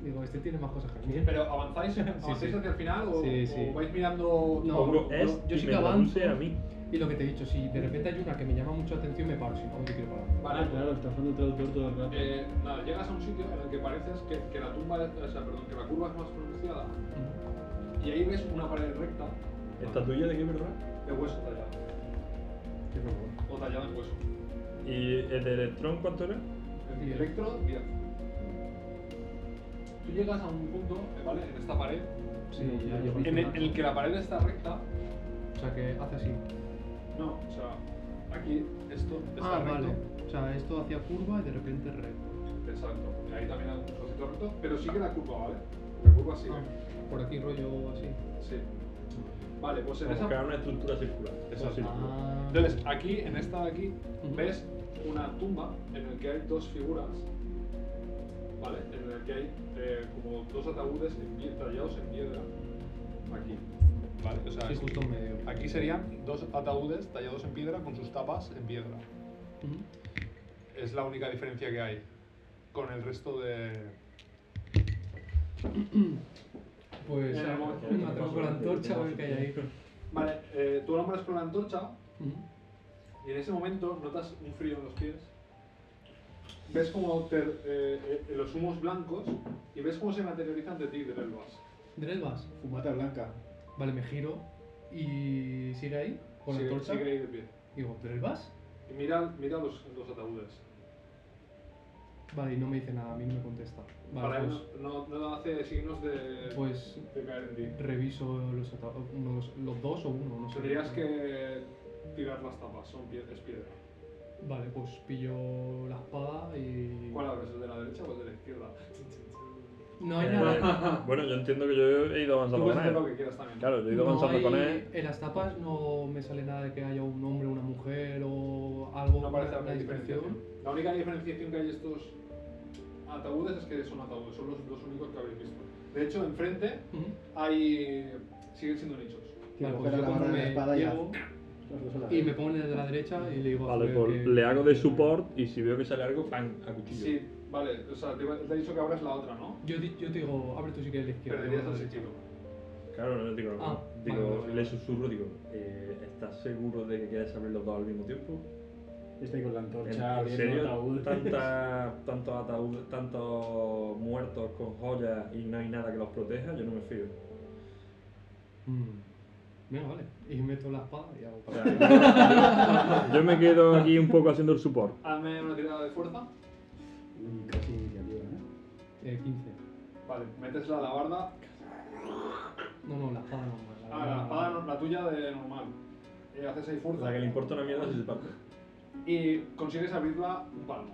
Speaker 2: Digo, este tiene más cosas que mí.
Speaker 1: Pero avanzáis, avanzáis
Speaker 2: sí.
Speaker 1: hacia el final o,
Speaker 2: Sí, sí.
Speaker 1: o vais mirando.
Speaker 2: No,
Speaker 4: Pongo
Speaker 2: yo-
Speaker 4: es
Speaker 2: yo
Speaker 4: y
Speaker 2: sí
Speaker 4: me
Speaker 2: que avanzo.
Speaker 4: traduce a mí.
Speaker 2: Y lo que te he dicho, si de repente hay una que me llama mucho la atención, me paro, si no, no te quiero parar.
Speaker 1: Vale,
Speaker 5: Ah, claro, está usando el traductor todo el rato.
Speaker 1: Eh, nada, llegas a un sitio en el que pareces que, que la tumba, es- o sea, perdón, que la curva es más pronunciada y ahí ves una pared recta
Speaker 4: ¿Estatuilla de qué, verdad?
Speaker 1: de hueso tallado
Speaker 5: Qué horror.
Speaker 1: o tallada en hueso.
Speaker 4: ¿Y el de Electrón cuánto era?
Speaker 1: El
Speaker 2: Bien.
Speaker 1: electro, mira. Tú llegas a un punto, eh, ¿vale? En esta pared,
Speaker 2: Sí, ya yo
Speaker 1: en el, en el que la pared está recta.
Speaker 2: O sea, que hace así.
Speaker 1: No, o sea, aquí esto está
Speaker 2: Ah,
Speaker 1: recto.
Speaker 2: vale. O sea, esto hacía curva y de repente recto.
Speaker 1: Exacto. Y ahí también hay un trocito recto, pero sigue la curva, ¿vale? La curva sigue.
Speaker 2: Ah, por aquí rollo así.
Speaker 1: Sí. Vale, pues en
Speaker 4: Como
Speaker 1: esa.
Speaker 4: crear una estructura circular.
Speaker 1: Exacto.
Speaker 4: Un círculo.
Speaker 2: Ah.
Speaker 1: Entonces, aquí, en esta de aquí,
Speaker 2: Ujú.
Speaker 1: ves una tumba en la que hay dos figuras, ¿vale? En la que hay eh, como dos ataúdes en pie- tallados en piedra, aquí, ¿vale? O sea,
Speaker 2: Sí, justo en medio.
Speaker 1: aquí serían dos ataúdes tallados en piedra con sus tapas en piedra.
Speaker 2: Ujú.
Speaker 1: Es la única diferencia que hay con el resto de...
Speaker 2: Pues,
Speaker 1: Eh,
Speaker 2: ah,
Speaker 1: vamos,
Speaker 2: me atrevo con la antorcha a ver qué hay ahí.
Speaker 1: Vale, eh, tú nombras con la antorcha
Speaker 2: Ujú.
Speaker 1: y en ese momento notas un frío en los pies. Ves como te- eh, eh, los humos blancos y ves cómo se materializa ante ti del vas.
Speaker 2: Dresvas.
Speaker 5: Fumata blanca.
Speaker 2: Vale, me giro y sigue ahí con la
Speaker 1: Sigue-
Speaker 2: antorcha.
Speaker 1: sigue ahí de pie.
Speaker 2: Digo, ¿Dresvas?
Speaker 1: Y mira, mira los, los ataúdes.
Speaker 2: Vale, y no me dice nada, a mí no me contesta.
Speaker 1: Para
Speaker 2: Vale,
Speaker 1: él
Speaker 2: pues,
Speaker 1: no, no- no hace signos de,
Speaker 2: pues
Speaker 1: de caer en ti.
Speaker 2: reviso los, ata- unos- los dos o uno, no sé.
Speaker 1: Tendrías que tirar las tapas, son pie- es piedra.
Speaker 2: Vale, pues pillo la espada y.
Speaker 1: ¿Cuál abres? ¿El de la derecha o el de la izquierda?
Speaker 2: No hay
Speaker 4: Eh,
Speaker 2: nada.
Speaker 4: bueno, yo entiendo que yo he ido
Speaker 1: Tú
Speaker 4: avanzando
Speaker 1: puedes
Speaker 4: con
Speaker 1: hacer lo
Speaker 4: él.
Speaker 1: que quieras también.
Speaker 4: Claro, yo he ido
Speaker 2: No
Speaker 4: avanzando
Speaker 2: hay-
Speaker 4: con él.
Speaker 2: En las tapas no me sale nada de que haya un hombre, una mujer o algo.
Speaker 1: No parece
Speaker 2: una
Speaker 1: haber diferenciación.
Speaker 2: descripción.
Speaker 1: La única diferenciación que hay de estos ataúdes es que son ataúdes, son los dos únicos que habéis visto. De hecho, enfrente
Speaker 2: Ujú.
Speaker 1: hay. siguen siendo nichos. Ah,
Speaker 2: Vale, pues
Speaker 3: coger
Speaker 2: yo
Speaker 3: la
Speaker 2: cuando
Speaker 3: barra de la
Speaker 2: me
Speaker 3: espada y
Speaker 2: llevo
Speaker 3: Las dos a la
Speaker 2: y
Speaker 3: vez.
Speaker 2: me pongo en el de la derecha y le digo.
Speaker 4: Vale,
Speaker 2: Azul
Speaker 4: pues
Speaker 2: que-
Speaker 4: le hago de support y si veo que sale algo, ¡pam! A cuchillo.
Speaker 1: Sí, vale, o sea, te, iba- te he dicho que abras la otra, ¿no?
Speaker 2: Yo, di- yo te digo, abre tú si quieres la izquierda.
Speaker 1: Perderías
Speaker 2: yo la
Speaker 1: el
Speaker 2: derecha.
Speaker 1: sentido.
Speaker 4: Claro, no digo,
Speaker 2: Ah,
Speaker 4: digo
Speaker 2: vale, vale,
Speaker 4: le
Speaker 2: vale.
Speaker 4: susurro, digo, eh, ¿estás seguro de que quieres abrir los dos al mismo tiempo?
Speaker 5: Este con la
Speaker 4: ¿En,
Speaker 5: antorcha
Speaker 4: en
Speaker 5: abriendo
Speaker 4: serio?
Speaker 5: ataúd.
Speaker 4: Tanta- Tantos ataúdes, tantos muertos con joyas y no hay nada que los proteja, yo no me fío.
Speaker 2: Mm. Venga, vale. Y meto la espada y hago.
Speaker 4: O sea, yo me quedo aquí un poco haciendo el support.
Speaker 1: Hazme una tirada de fuerza.
Speaker 3: Mm, Casi iniciativa, ¿eh?
Speaker 2: Eh, 15.
Speaker 1: Vale, metes la alabarda.
Speaker 2: No, no, la espada no.
Speaker 1: Ah, la espada, no- la tuya de normal. Eh, haces ahí
Speaker 4: O sea,
Speaker 1: fuerza.
Speaker 4: que le importa una mierda si se parte.
Speaker 1: Y consigues abrirla un palmo.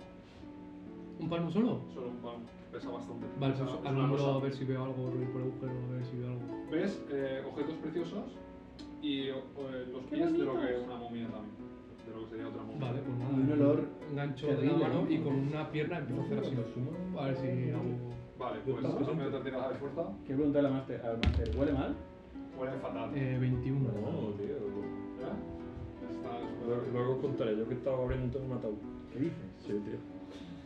Speaker 2: ¿Un palmo solo?
Speaker 1: Solo un palmo. Pesa bastante.
Speaker 2: Vale,
Speaker 1: Pesa-
Speaker 2: pues
Speaker 1: es una
Speaker 2: alumbro
Speaker 1: cosa.
Speaker 2: a ver si veo algo, ruido por agujero, a ver si veo algo.
Speaker 1: Ves eh, objetos preciosos y o- eh, los pies de lo que una momia también. De lo que sería otra momia.
Speaker 2: Vale, pues nada.
Speaker 3: Un olor
Speaker 2: Engancho
Speaker 3: terrible,
Speaker 2: de la mano
Speaker 3: ¿no?
Speaker 2: y con una pierna empiezo a hacer así. A ver si hago.
Speaker 1: Vale, pues
Speaker 3: ¿Lo
Speaker 1: hazme
Speaker 3: siento?
Speaker 1: otra tirada de fuerza.
Speaker 3: ¿Qué pregunta la master, al máster? ¿Huele mal?
Speaker 1: Huele fatal.
Speaker 2: Eh, 21.
Speaker 4: No, tío.
Speaker 1: ¿verdad? Está
Speaker 4: Luego,
Speaker 1: súper-
Speaker 4: luego os contaré, yo que estaba abriendo un ataúd.
Speaker 3: ¿Qué dices?
Speaker 4: Sí, tío.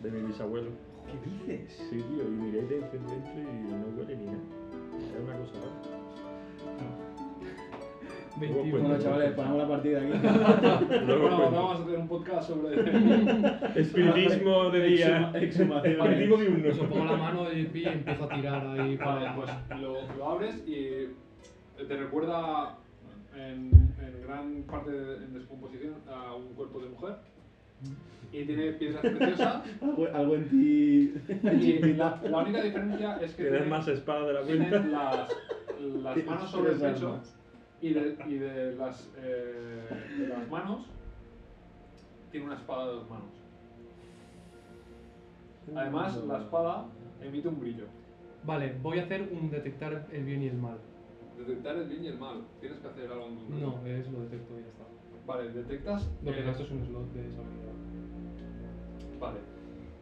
Speaker 4: De mi bisabuelo.
Speaker 3: ¿Qué dices?
Speaker 4: Sí, tío, y miré de dentro y no huele ni nada. Es una cosa rara.
Speaker 2: 21.
Speaker 3: Bueno,
Speaker 4: Cuéntame.
Speaker 3: chavales, paramos la partida aquí.
Speaker 4: Luego
Speaker 1: Bueno,
Speaker 4: cuento.
Speaker 1: vamos a hacer un podcast sobre.
Speaker 4: Espiritismo de día.
Speaker 3: Exhuma- exhumación.
Speaker 4: Espiritismo diurno.
Speaker 2: Eso pongo la mano y y empiezo a tirar
Speaker 1: Vale,
Speaker 2: ahí para.
Speaker 1: pues lo, lo abres y te recuerda en, en gran parte de- en descomposición a un cuerpo de mujer. Y tiene piedras preciosas.
Speaker 3: Algo, algo en ti.
Speaker 1: y la, la única diferencia es que
Speaker 4: Tienes
Speaker 1: tiene-
Speaker 4: más espada de la cuenta.
Speaker 1: tienen las, las manos sobre el
Speaker 3: Tres
Speaker 1: pecho
Speaker 3: armas.
Speaker 1: y de, y de las, eh, de las manos tiene una espada de dos manos. Además, la espada emite un brillo.
Speaker 2: Vale, voy a hacer un detectar el bien y el mal.
Speaker 1: Detectar el bien y el mal. Tienes que hacer algo en concreto.
Speaker 2: No, es lo detecto y ya está.
Speaker 1: Vale, detectas.
Speaker 2: No,
Speaker 1: eh,
Speaker 2: pero esto es un slot de esa habilidad.
Speaker 1: Vale.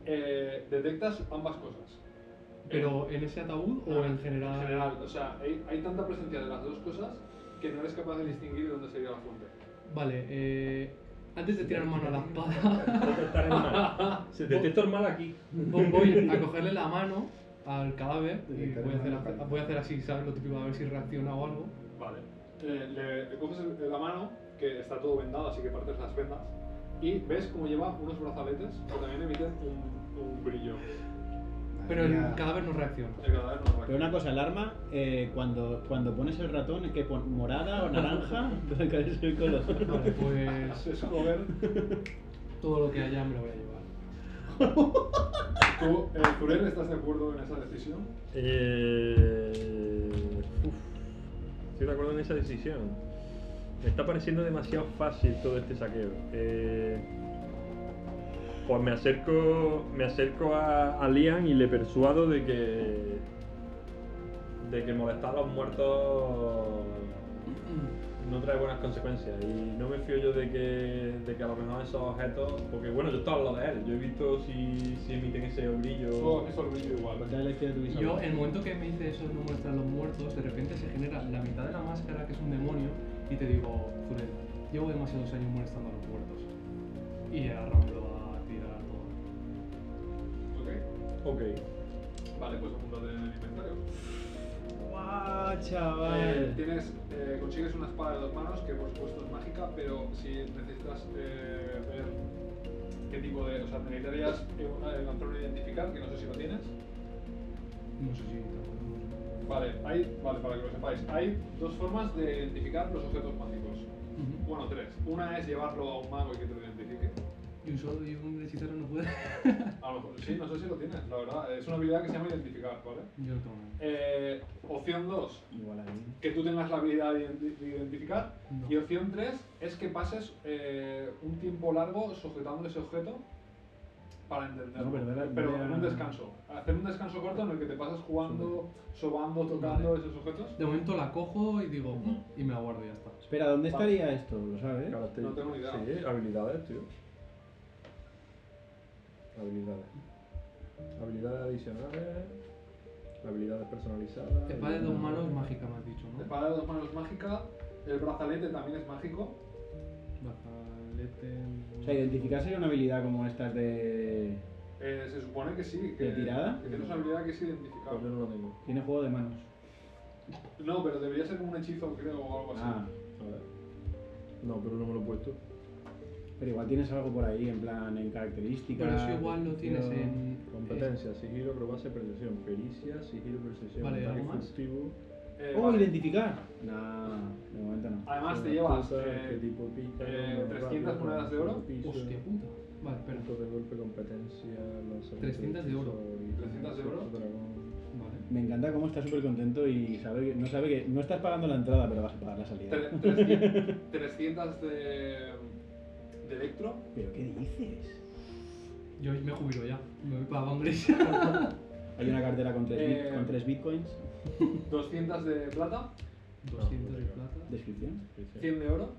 Speaker 1: Eh, detectas ambas cosas.
Speaker 2: ¿Pero en ese ataúd o en general?
Speaker 1: Eh. Ah, En general, o sea, hay, hay tanta presencia de las dos cosas que no eres capaz de distinguir dónde sería la fuente.
Speaker 2: Vale, eh, antes de tirar mano a la espada,
Speaker 4: Detectar el mal. Se detecta el mal aquí.
Speaker 2: voy- voy a cogerle la mano al cadáver y
Speaker 3: Detectar
Speaker 2: voy a, hacer,
Speaker 3: el mal.
Speaker 2: voy a hacer así, ¿sabes? Lo típico, a ver si reacciona o algo.
Speaker 1: Vale. Eh, le, le coges el- la mano, que está todo vendado, así que partes las vendas, y ves cómo lleva unos brazaletes que también emiten un, un brillo.
Speaker 2: Pero el
Speaker 3: Madre mía.
Speaker 2: cadáver no reacciona.
Speaker 1: El cadáver no
Speaker 6: Pero
Speaker 1: reacciona.
Speaker 6: una cosa, el arma, eh, cuando, cuando pones el ratón, ¿qué pon? ¿Morada o naranja? ¿Cuál es el color?
Speaker 2: Vale, pues
Speaker 1: Es joder.
Speaker 2: todo lo que haya me lo voy a llevar.
Speaker 1: ¿Tú, eh, Zurel, estás de acuerdo en esa decisión?
Speaker 4: Eh, uf, estoy de acuerdo en esa decisión. Me está pareciendo demasiado fácil todo este saqueo. Eh, pues me acerco, me acerco a, a Liam y le persuado de que de que molestar a los muertos no trae buenas consecuencias y no me fío yo de que, de que a lo mejor esos objetos porque bueno yo estaba hablando de él yo he visto si, si emiten ese brillo
Speaker 1: Todo es el brillo igual.
Speaker 6: Porque la elección de tu bisabuelo.
Speaker 2: Yo, en el momento que me dice eso no muestran los muertos, de repente se genera la mitad de la máscara, que es un demonio, y te digo, Zurel, llevo demasiados años molestando a los muertos. Y arranco a tirar todo.
Speaker 1: Ok.
Speaker 4: ok
Speaker 1: Vale, pues apúntate en el inventario.
Speaker 6: ¡Guau,
Speaker 1: Eh,
Speaker 6: chaval!
Speaker 1: tienes, eh, consigues una espada de dos manos que por supuesto es mágica, pero si necesitas eh, ver qué tipo de... O sea, necesitarías eh, eh, lanzar un identificar, que no sé si lo tienes.
Speaker 2: No sé si tampoco.
Speaker 1: Vale, hay, vale, para que lo sepáis, hay dos formas de identificar los objetos mágicos.
Speaker 2: Ujú.
Speaker 1: Bueno, tres. Una es llevarlo a un mago y que te lo identifique.
Speaker 2: Y un solo y un hechicero no puede.
Speaker 1: A lo mejor, Sí, no sé si lo tienes, la verdad. Es una habilidad que se llama identificar, ¿vale?
Speaker 2: Yo no tengo nada.
Speaker 1: Eh, opción 2,
Speaker 6: Igual a mí.
Speaker 1: que tú tengas la habilidad de ident- de identificar.
Speaker 2: No.
Speaker 1: Y opción 3 es que pases eh, un tiempo largo sujetando ese objeto para entenderlo.
Speaker 6: No, pero dale- dale
Speaker 1: pero
Speaker 6: a-
Speaker 1: un descanso. Hacer un descanso corto en el que te pasas jugando, sobando, tocando esos objetos.
Speaker 2: De momento la cojo y digo, "Mm", y me la guardo y ya está.
Speaker 6: Espera, ¿dónde estaría esto? ¿Lo sabes?
Speaker 4: Caracter-
Speaker 1: No tengo ni idea.
Speaker 4: Sí, habilidades, tío. Habilidades. Habilidades adicionales. Habilidades personalizadas.
Speaker 2: Espada de dos
Speaker 4: habilidades-
Speaker 2: manos mágica, me has dicho, ¿no?
Speaker 1: Espada de dos manos es mágica, el brazalete también es mágico.
Speaker 2: Brazalete.
Speaker 6: O sea, identificar sería una habilidad como estas de.
Speaker 1: Eh, se supone que sí. Que,
Speaker 6: ¿De tirada?
Speaker 1: Que tienes una habilidad que es identificar.
Speaker 4: Pues yo no lo tengo.
Speaker 6: Tiene juego de manos.
Speaker 1: No, pero debería ser como un hechizo, creo, o algo así.
Speaker 6: Ah,
Speaker 4: A ver. No, pero no me lo he puesto.
Speaker 6: pero igual tienes algo por ahí, en plan, en características.
Speaker 2: Pero eso igual lo tienes
Speaker 6: estilo.
Speaker 2: en.
Speaker 4: Competencia, sigilo, acrobacia, percepción. Pericia, sigilo, percepción.
Speaker 2: Vale,
Speaker 4: ataque
Speaker 2: ¿algo más?
Speaker 4: furtivo.
Speaker 1: Eh,
Speaker 6: ¡Oh,
Speaker 1: vale.
Speaker 6: identificar! No, de momento no.
Speaker 1: Además te
Speaker 4: Una
Speaker 1: llevas
Speaker 4: cosa,
Speaker 1: eh,
Speaker 4: qué tipo pica,
Speaker 1: eh,
Speaker 4: más
Speaker 1: 300
Speaker 4: rápido,
Speaker 1: monedas de oro.
Speaker 4: piso,
Speaker 2: Hostia puta. Vale, espera.
Speaker 4: puntos de golpe, competencia, lanzamiento
Speaker 2: 300 de oro.
Speaker 4: hechizo y-
Speaker 1: 300 de oro.
Speaker 4: dragón.
Speaker 2: Vale.
Speaker 6: Me encanta cómo estás súper contento y sabe que, no sabe que no estás pagando la entrada, pero vas a pagar la
Speaker 1: tre-
Speaker 6: salida.
Speaker 1: 300, 300 de, de electro.
Speaker 6: ¿Pero qué dices?
Speaker 2: Yo me jubilo ya. Me voy para Bangladesh.
Speaker 6: Hay una cartera con tres, bit-
Speaker 1: Eh,
Speaker 6: con tres bitcoins.
Speaker 1: 200 de plata,
Speaker 2: 200
Speaker 4: pues
Speaker 2: de plata.
Speaker 6: Descripción.
Speaker 1: 100 de oro,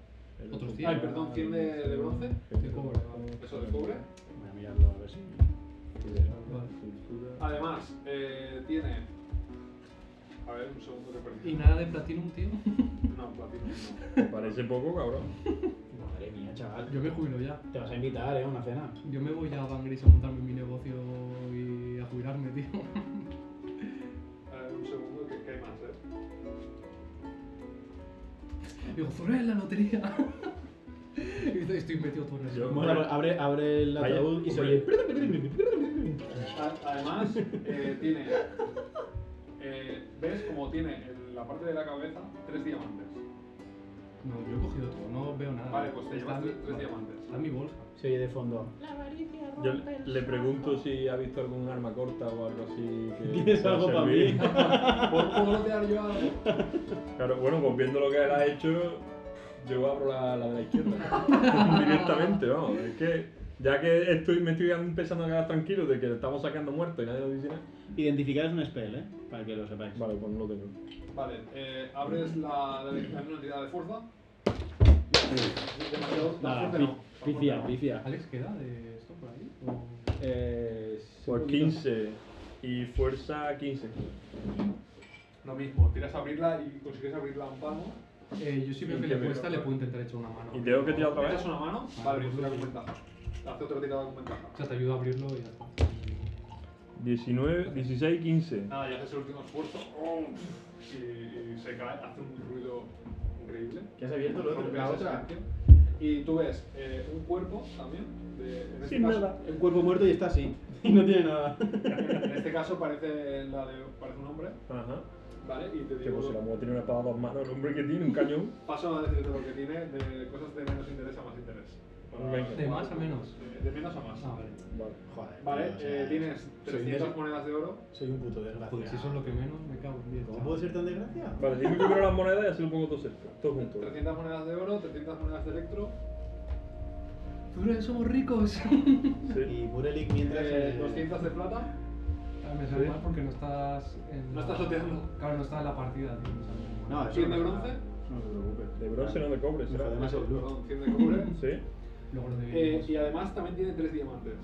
Speaker 4: El
Speaker 2: Otros
Speaker 4: otro-
Speaker 2: 100.
Speaker 1: ay, perdón, 100 de, de bronce,
Speaker 4: Este
Speaker 2: De cobre, vale.
Speaker 1: eso de cobre.
Speaker 6: Voy a mirarlo a ver si.
Speaker 2: Vale.
Speaker 4: Cultura.
Speaker 1: Además, eh, tiene. A ver, un segundo que perdí.
Speaker 2: Y nada de Platinum, tío.
Speaker 1: No, platino no.
Speaker 4: ¿Te parece poco, cabrón?
Speaker 6: Madre mía, chaval.
Speaker 2: Yo me jubilo ya.
Speaker 6: Te vas a invitar, ¿eh? A una cena.
Speaker 2: Yo me voy a Bangladesh a montarme mi negocio y a jubilarme, tío.
Speaker 1: A ver, Eh, un segundo que, que hay más, ¿eh?
Speaker 2: Digo, Zorro en la lotería. Y dice, estoy metido todo en
Speaker 4: Yo
Speaker 2: eso.
Speaker 4: me-
Speaker 6: Bueno, abre, abre el
Speaker 4: Ahí-
Speaker 6: ataúd y se
Speaker 4: hombre.
Speaker 6: oye.
Speaker 1: A- Además, eh, tiene. eh, ¿Ves como tiene en la parte de la cabeza tres diamantes?
Speaker 2: No, yo he cogido todo, no veo nada.
Speaker 1: Vale, pues te
Speaker 2: Ah, Está
Speaker 1: llevas
Speaker 2: en mi-
Speaker 1: tres- tres
Speaker 2: vale,
Speaker 1: diamantes.
Speaker 2: Está en mi bolsa.
Speaker 6: Se oye de fondo.
Speaker 4: Yo le- le pregunto si ha visto algún arma corta o algo así. Que
Speaker 6: ¿Tienes
Speaker 4: pueda
Speaker 6: algo pa'
Speaker 4: servir.
Speaker 1: ¿Puedo puedo rodear yo algo?
Speaker 4: Claro, bueno, pues viendo lo que él ha hecho, yo abro la, la de la izquierda. Directamente, vamos. Es que ya que estoy, me estoy empezando a quedar tranquilo de que le estamos sacando muerto y nadie lo dice nada.
Speaker 6: Identificar es un spell, ¿eh? Para que lo sepáis.
Speaker 4: Vale, pues no lo tengo.
Speaker 1: Vale, eh, abres la, la, la una entidad de fuerza. Demasiado. la
Speaker 6: Nada,
Speaker 1: fuerte
Speaker 6: pi-
Speaker 1: no, la fuerte
Speaker 6: pifia,
Speaker 1: no.
Speaker 6: pifia.
Speaker 2: ¿Alex queda de esto por ahí? ¿O...
Speaker 6: Eh,
Speaker 4: Pues 15 y fuerza 15.
Speaker 1: Lo mismo, tiras a abrirla y consigues abrirla un palmo.
Speaker 2: Eh, yo si veo
Speaker 4: Sí,
Speaker 2: que
Speaker 4: que
Speaker 2: le
Speaker 4: me-
Speaker 2: cuesta, le puedo intentar echar una mano.
Speaker 4: Y tengo que tirar otra
Speaker 1: ¿Echas
Speaker 4: vez.
Speaker 1: una mano?
Speaker 2: Ah,
Speaker 1: Vale, pues tira con ventaja. Hace otra tirada con ventaja.
Speaker 2: O sea, te ayudo a abrirlo y ya está.
Speaker 4: 19, 16 y 15.
Speaker 1: Nada, y haces el último esfuerzo. ¡Oh! Y, y se cae, hace un ruido increíble.
Speaker 6: ¿Qué has abierto?
Speaker 1: Rompes
Speaker 6: La
Speaker 1: ese
Speaker 6: otra.
Speaker 1: silencio. Y tú ves eh, un cuerpo también. De, en, este
Speaker 4: Sin
Speaker 1: caso,
Speaker 4: nada.
Speaker 6: El cuerpo muerto y está así. Y no tiene nada.
Speaker 1: en este caso parece, la de, parece un hombre,
Speaker 4: Ajá.
Speaker 1: ¿vale? Y te
Speaker 4: Que
Speaker 1: digo.
Speaker 4: pues si la mujer tiene una espada a dos manos, el hombre que tiene un cañón.
Speaker 1: Paso a decirte lo que tiene de cosas de menos interés a más interés.
Speaker 4: Venga.
Speaker 2: ¿De más a menos?
Speaker 1: De, de menos a más.
Speaker 2: Ah, vale.
Speaker 4: Vale.
Speaker 5: Joder.
Speaker 1: Vale,
Speaker 5: tío, o sea,
Speaker 1: eh, tienes
Speaker 5: soy
Speaker 1: 300
Speaker 5: des-
Speaker 1: monedas de oro.
Speaker 5: Soy un puto
Speaker 2: Joder, si eso es
Speaker 5: desgraciado.
Speaker 2: lo que menos, me cago en 10.
Speaker 5: ¿Cómo puedo ser tan desgraciado?
Speaker 4: Vale, dime primero las monedas y así lo pongo todo cerca. Todo junto.
Speaker 1: 300 monedas de oro, 300 monedas de electro.
Speaker 2: Zorro, somos ricos.
Speaker 4: Sí.
Speaker 5: Y Murelik mientras.
Speaker 1: eh,
Speaker 5: eh,
Speaker 1: 200 de plata.
Speaker 2: Ah, me sale mal porque no estás. En
Speaker 1: No
Speaker 2: la-
Speaker 1: estás loteando.
Speaker 2: Claro, no estás en la partida, tío. me sale mal.
Speaker 4: Ah,
Speaker 6: No, eso
Speaker 1: 100
Speaker 6: no
Speaker 1: de
Speaker 6: pasa
Speaker 1: bronce.
Speaker 6: nada. Eso No te preocupes.
Speaker 4: De bronce no de cobre,
Speaker 5: Me jode
Speaker 4: ¿será?
Speaker 5: más el blue.
Speaker 1: Perdón, 100 de cobre.
Speaker 4: Sí.
Speaker 2: Luego lo
Speaker 1: Eh,
Speaker 2: dividimos.
Speaker 1: y además también tiene 3 diamantes.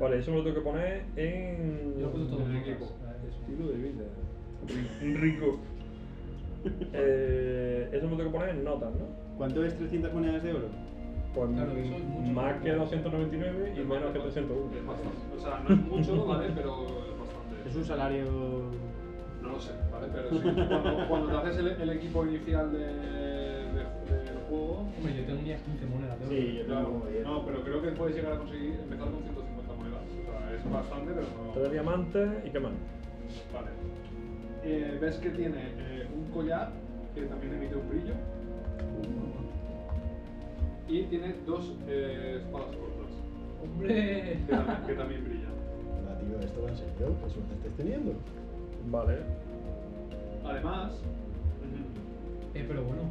Speaker 4: Vale, eso me lo tengo que poner en.
Speaker 2: Yo lo puse todo
Speaker 1: en el
Speaker 2: notas.
Speaker 1: equipo.
Speaker 2: Ah, eso.
Speaker 4: Estilo de vida. Un rico. Eh, eso me lo tengo que poner en notas, ¿no?
Speaker 6: ¿Cuánto es 300 monedas de oro?
Speaker 4: Pues
Speaker 2: Claro, eso es mucho.
Speaker 4: más que 299 y menos que 301.
Speaker 1: Es bastante. O sea, no es mucho, ¿vale? Pero es bastante.
Speaker 6: Es un salario.
Speaker 1: No lo sé, ¿vale? Pero sí. Cuando, cuando te haces el, el equipo inicial de, de- del juego.
Speaker 2: Hombre, yo tenía 15 monedas de oro.
Speaker 5: Sí, yo
Speaker 1: claro,
Speaker 5: tengo como diez.
Speaker 1: no, pero creo que puedes llegar a conseguir empezar con 150 monedas. O sea, es bastante, pero no.
Speaker 4: Tres diamantes y qué más.
Speaker 1: Vale. Eh, ves que tiene eh, un collar que también emite un brillo. Y tiene dos eh, espadas cortas
Speaker 2: ¡Hombre! Eh,
Speaker 1: que también, que también brillan.
Speaker 5: digo, esto va en serio, qué suerte estáis teniendo.
Speaker 4: Vale.
Speaker 1: Además.
Speaker 2: Eh, pero bueno,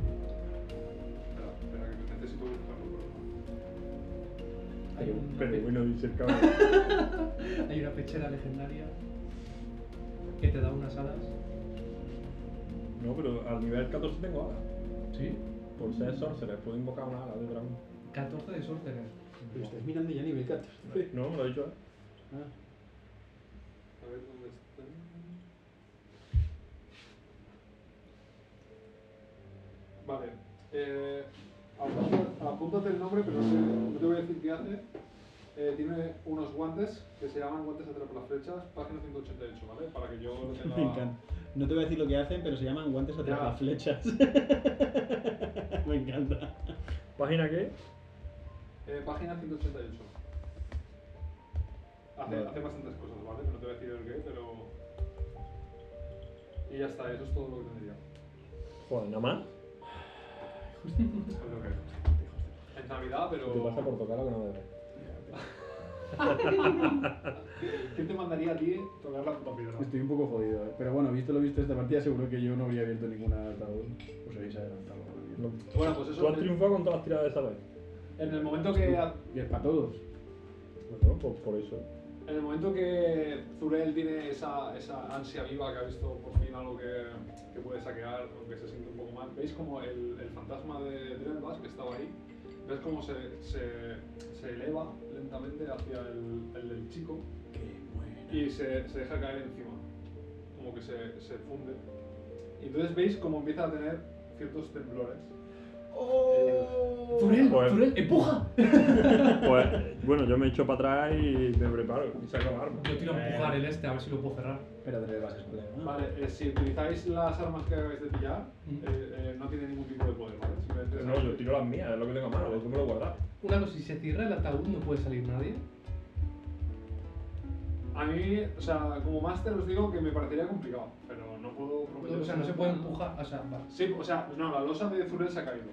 Speaker 1: Espera, espera, que necesito buscarlo. por
Speaker 2: hay una,
Speaker 4: Pero
Speaker 2: pe-
Speaker 4: bueno, dice el cabrón.
Speaker 2: hay una pechera legendaria que te da unas alas.
Speaker 4: No, pero al nivel 14 tengo alas.
Speaker 2: Sí.
Speaker 4: Por ser sorcerer, puedo invocar una ala de dragón.
Speaker 2: 14 de sorcerer.
Speaker 5: Pero estáis mirando ya nivel 14.
Speaker 4: No, me lo he dicho. eh.
Speaker 5: Ah.
Speaker 1: favor. A ver dónde están. Vale. Eh, apunta- apúntate el nombre, pero no, sé- no te voy a decir qué hace. Eh, tiene unos guantes que se llaman guantes atrapalaflechas, flechas, página 188, ¿vale? Para que yo lo tenga.
Speaker 6: Me encanta. No te voy a decir lo que hacen, pero se llaman guantes atrapas flechas. Me encanta.
Speaker 4: ¿Página qué?
Speaker 1: Eh, página 188. Hace,
Speaker 4: Vale.
Speaker 1: hace bastantes cosas, ¿vale? No te voy a decir el qué, pero. Y ya está, eso es todo lo que tendría.
Speaker 4: Joder, nada más.
Speaker 1: Sabes lo que es. En Navidad, pero.
Speaker 4: Te pasa por tocar lo que no debes.
Speaker 1: ¿Quién te mandaría a ti tocar la puta piedra?
Speaker 5: Estoy un poco jodido, eh. pero bueno, visto lo visto esta partida, seguro que yo no habría abierto ninguna ataúd. Os habéis adelantado.
Speaker 4: No.
Speaker 1: Bueno, pues
Speaker 4: Tú
Speaker 1: eso.
Speaker 4: has
Speaker 1: En,
Speaker 4: triunfado con todas las tiradas de esa vez.
Speaker 1: en el momento que. ha-
Speaker 5: Y es para todos.
Speaker 4: Bueno, pues por eso.
Speaker 1: En el momento que Zurel tiene esa, esa ansia viva que ha visto por fin algo que, que puede saquear, aunque se siente un poco mal, veis como el, el fantasma de Drelvas que estaba ahí, ves como se, se, se eleva lentamente hacia el, el del chico y se, se deja caer encima, como que se, se funde. Y entonces veis como empieza a tener ciertos temblores.
Speaker 2: ¡Zurel!
Speaker 4: Joder.
Speaker 2: ¡Zurel! ¡Empuja!
Speaker 4: Pues bueno, yo me echo para atrás y me preparo y saco la arma.
Speaker 2: Yo tiro a empujar el este, a ver si lo puedo cerrar.
Speaker 5: Pero te vas a colega.
Speaker 1: Vale, eh, si utilizáis las armas que acabáis de pillar,
Speaker 2: Mm.
Speaker 1: eh, eh, no tiene ningún tipo de poder, ¿vale? Simplemente
Speaker 4: No, yo tiro las mías, es lo que tengo a mano, tú me lo guardas.
Speaker 2: Una cosa, si se cierra el ataúd no puede salir nadie.
Speaker 1: A mí, o sea, como máster os digo que me parecería complicado, pero no puedo prometer.
Speaker 2: O sea, no se puede empujar. O sea, vale.
Speaker 1: Sí, o sea, no, la losa de Zurel se ha caído.